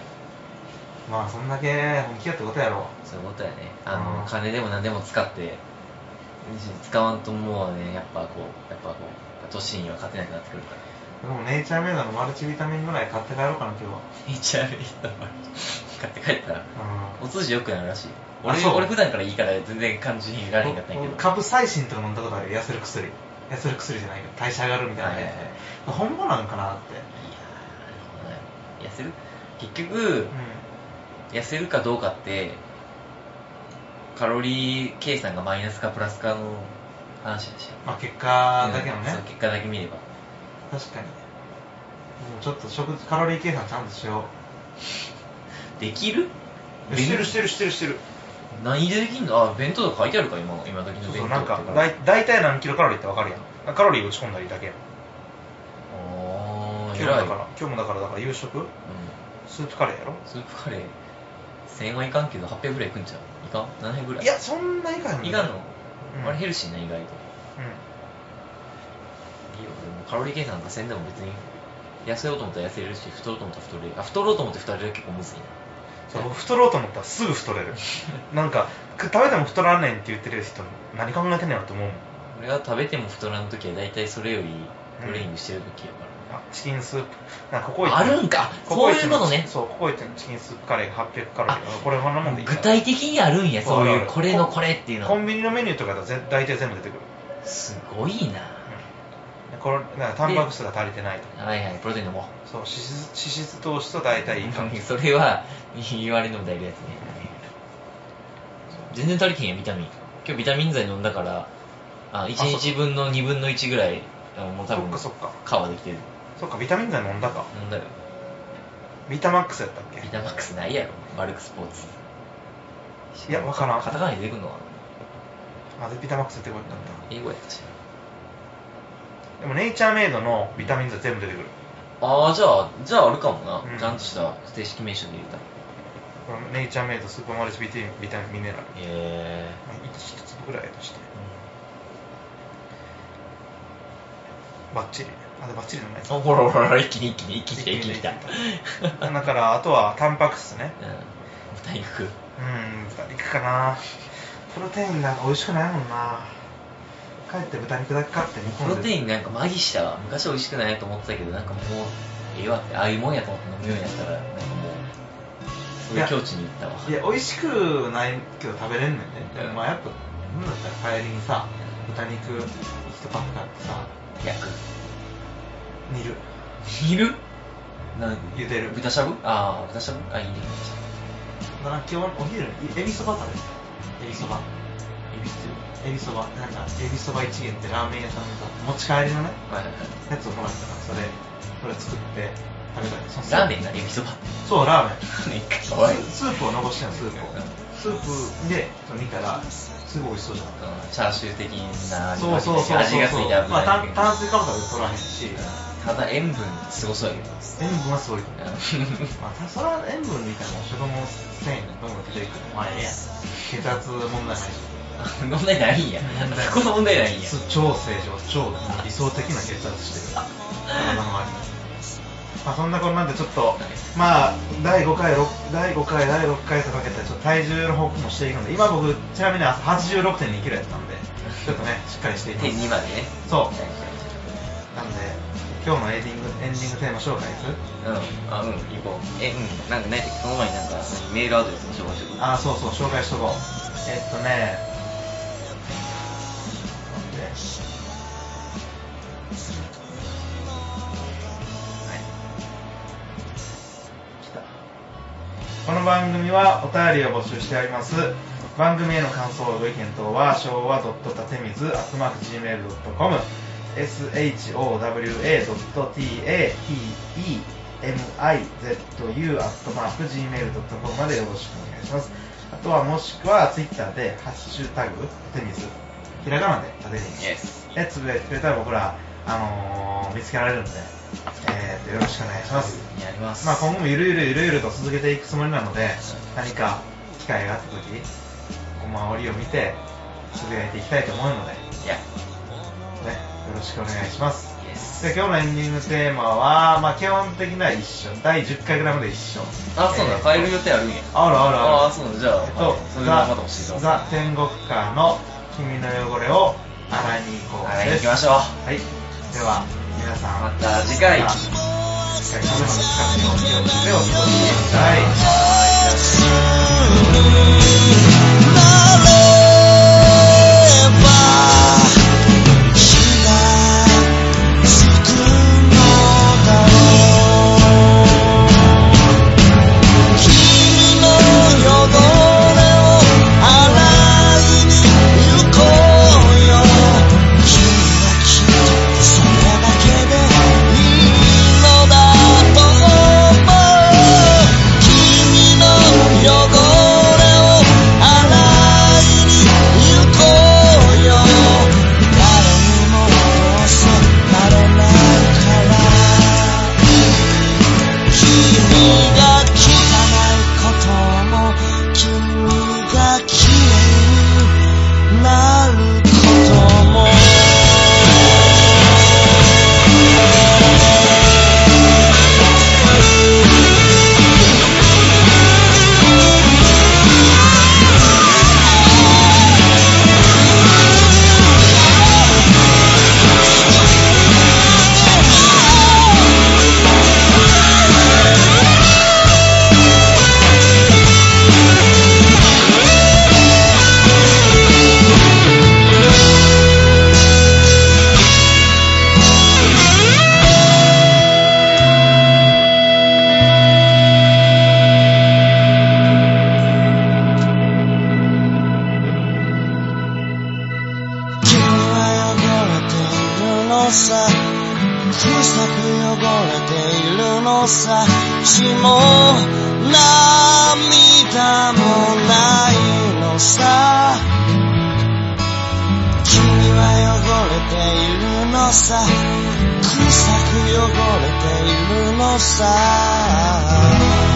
Speaker 2: まあそんだけ本気やってことやろ
Speaker 1: そういうことやね。あの、
Speaker 2: うん
Speaker 1: 金でも何でも使って、使わんともうね、やっぱこう、やっぱこう、年には勝てなくなってくるから。
Speaker 2: でもネイチャーメイドのマルチビタミンぐらい買って帰ろうかな今日は
Speaker 1: 一応いいと思う買って帰ったら
Speaker 2: う
Speaker 1: お通じ良くなるらしい
Speaker 2: あ
Speaker 1: 俺
Speaker 2: そう
Speaker 1: 俺普段からいいから全然感じに入れられへんかったんやけど
Speaker 2: 僕カブサイシンとか飲んだことある痩せる薬痩せる薬じゃないけど代謝上がるみたいな、
Speaker 1: はいはい
Speaker 2: 本物なんかなって
Speaker 1: いやー痩せる結局痩せるかどうかってカロリー計算がマイナスかプラスかの話だし
Speaker 2: まあ結果だけのね、
Speaker 1: うんそう結果だけ見れば
Speaker 2: 確かにもうちょっと食カロリー計算ちゃんとしよ
Speaker 1: できる
Speaker 2: うしてるしてるしてるしてる
Speaker 1: 何でできんのあ弁当とか書いてあるか今の今時の
Speaker 2: そう
Speaker 1: 弁当
Speaker 2: そうなんか
Speaker 1: って
Speaker 2: だい大体何キロカロリーってわかるやんカロリー打ち込んだりだけやん
Speaker 1: おー
Speaker 2: 今日も
Speaker 1: 偉
Speaker 2: だ
Speaker 1: い、う
Speaker 2: か
Speaker 1: ん
Speaker 2: ら、今日もだからだから夕食スープカレーやろ
Speaker 1: スープカレー1000はいかんけど800ぐらいいくんちゃういかん ?700 ぐらい
Speaker 2: いやそんないかん
Speaker 1: いかんの、
Speaker 2: うん
Speaker 1: あれヘルシーな意外といいよ
Speaker 2: う
Speaker 1: でもカロリー計算なんかせんでも別に痩せようと思ったら痩せれるし太ろうと思ったら太れるあ太ろうと思って太れる結構むずいなん
Speaker 2: そう僕太ろうと思ったらすぐ
Speaker 1: *laughs*
Speaker 2: 太れるなんかく食べても太らんねんって言ってる人何考えてんねやろって思うもん
Speaker 1: 俺は食べても太らん時は大体それよりトレーニングしてる時やから、
Speaker 2: あチキンスープなんかココイチ
Speaker 1: あるんか
Speaker 2: ココイチ
Speaker 1: そういうことね
Speaker 2: そうココイチのチキンスープカレーが800カロリーだからこれこんなもんでいいか
Speaker 1: 具
Speaker 2: な
Speaker 1: 体的にあるんや、そういう、これのこれっていうの。
Speaker 2: コンビニのメニューとかだとぜ大体全部出てくる、
Speaker 1: すごいな
Speaker 2: うん、このなんかタンパク質が足りてないと
Speaker 1: はいはいプロテイン飲もう
Speaker 2: そう脂質脂質糖質と大体いい感じ
Speaker 1: *laughs* それは言われ飲んだいるやつね全然足りてへんやビタミン今日ビタミン剤飲んだからあ1日分の2分の1ぐらいあもう多分
Speaker 2: そっか
Speaker 1: 皮できてる
Speaker 2: そっかビタミン剤飲んだか
Speaker 1: 飲んだよ
Speaker 2: ビタマックスやったっけ
Speaker 1: ビタマックスないやろマルクスポーツ
Speaker 2: いやわからん
Speaker 1: カタカナに出てくんのかな
Speaker 2: あでビタマックスってこうやったんだ
Speaker 1: 英語やったし
Speaker 2: でもネイチャーメイドのビタミン剤全部出てくる
Speaker 1: ああじゃあじゃああるかもな、
Speaker 2: うん
Speaker 1: ちゃんとした正式名称で言うた
Speaker 2: このネイチャーメイドスーパーマルチビタミンビタミンミネラル
Speaker 1: へえ
Speaker 2: 一一粒ぐらいとしてバッチリあでバッチリじゃない
Speaker 1: あほらほらほら一気に一気に一気に来た一気
Speaker 2: 一気
Speaker 1: に
Speaker 2: に
Speaker 1: 来た
Speaker 2: だからあとはタンパク質ね
Speaker 1: うん豚肉
Speaker 2: うん豚肉かなプロテインなんか美味しくないもんな帰って豚肉だけ買って煮
Speaker 1: プ
Speaker 2: 込
Speaker 1: ロ
Speaker 2: んで
Speaker 1: テインなんか麻痺したわ昔美味しくないなと思ってたけどなんかもうええわってああいうもんやと思って飲むようになったらなんかもうそういう境地に行ったわ
Speaker 2: いや美味しくないけど食べれんねんねでもまあやっぱなんだったら帰りにさ豚肉一パック買ってさ
Speaker 1: 焼く
Speaker 2: 煮る
Speaker 1: 煮るなん
Speaker 2: 茹でる
Speaker 1: 豚しゃぶああ豚しゃぶあいいね
Speaker 2: だから今日お昼にエビそば食べるエビそ
Speaker 1: エ
Speaker 2: ば
Speaker 1: ビって
Speaker 2: エビそばなんかエビそば一元ってラーメン屋さんのさ持ち帰りのね
Speaker 1: はいはいはい
Speaker 2: やつをもらったからそれそれ作って食べたりその
Speaker 1: ラーメンなエビそば
Speaker 2: そうラーメン
Speaker 1: 一回
Speaker 2: ススープを残してんのスープをスープでその見たらすごい美味しそうじゃん
Speaker 1: うんチャーシュー的な味
Speaker 2: そうそうそうそう
Speaker 1: 味がついて危
Speaker 2: まあ
Speaker 1: ない
Speaker 2: 炭炭水化物は取らへんし
Speaker 1: ただ塩分すごそうやけど
Speaker 2: 塩分はすごいと思う
Speaker 1: うん
Speaker 2: まあたそれは塩分みたいな食物繊維のどんどん出ていくのまあええやん血圧問題ないし
Speaker 1: *laughs* 問題ないんや
Speaker 2: 問題ない
Speaker 1: そこの問題ないんや
Speaker 2: す超正常超理想的な血圧してる体の周りにまあそんなこんなんでちょっとまあ第5回ろ第5回第6回とかけてちょっと体重の報告もしていくので今僕ちなみに8 6 2キロやったんでちょっとねしっかりしていきま
Speaker 1: 手
Speaker 2: す
Speaker 1: 2までね
Speaker 2: そうなんで今日のエンディングエンディングテーマ紹介する
Speaker 1: んあうん行こうえうんなんかねその前になんかメールアドレスの紹介しとく
Speaker 2: ああそうそう紹介しとこうえっとね待ってはい来たこの番組はお便りを募集しております番組への感想ご意見等は昭和たてみず atmarkgmail.com showa.tatemizuu.gmail.com までよろしくお願いしますあとはもしくは Twitter で「ハッシュタグタテミズ」ひらがなでタテミズ
Speaker 1: Yes
Speaker 2: でつぶやいてくれたら僕ら、あのー見つけられるので、えーとよろしくお願いします
Speaker 1: やります
Speaker 2: まあ、今後もゆるゆるゆるゆると続けていくつもりなので何か機会があった時こま折りを見てつぶやいていきたいと思うので、ね、
Speaker 1: いや
Speaker 2: よろしくお願いします
Speaker 1: Yes
Speaker 2: で今日のエンディングテーマは、まあ、基本的な一緒第10回ぐらいまで一緒
Speaker 1: あそうだ
Speaker 2: えー
Speaker 1: 変える予定あるんや
Speaker 2: あるあるある
Speaker 1: ああそうだじゃあ
Speaker 2: えっと
Speaker 1: はいそれ
Speaker 2: ザ
Speaker 1: はまた教えてくだ
Speaker 2: ザ天国カーの君の汚れを洗いに行こう
Speaker 1: さいはい
Speaker 2: で
Speaker 1: 行
Speaker 2: す
Speaker 1: きましょう
Speaker 2: はいでは皆さん
Speaker 1: また次回
Speaker 2: また次回食べ物の近くにお気をつけてお過ごしください
Speaker 3: 君の汚れのさ小さく汚れているのさ血も涙もないのさ君は汚れているのさ臭く汚れているのさ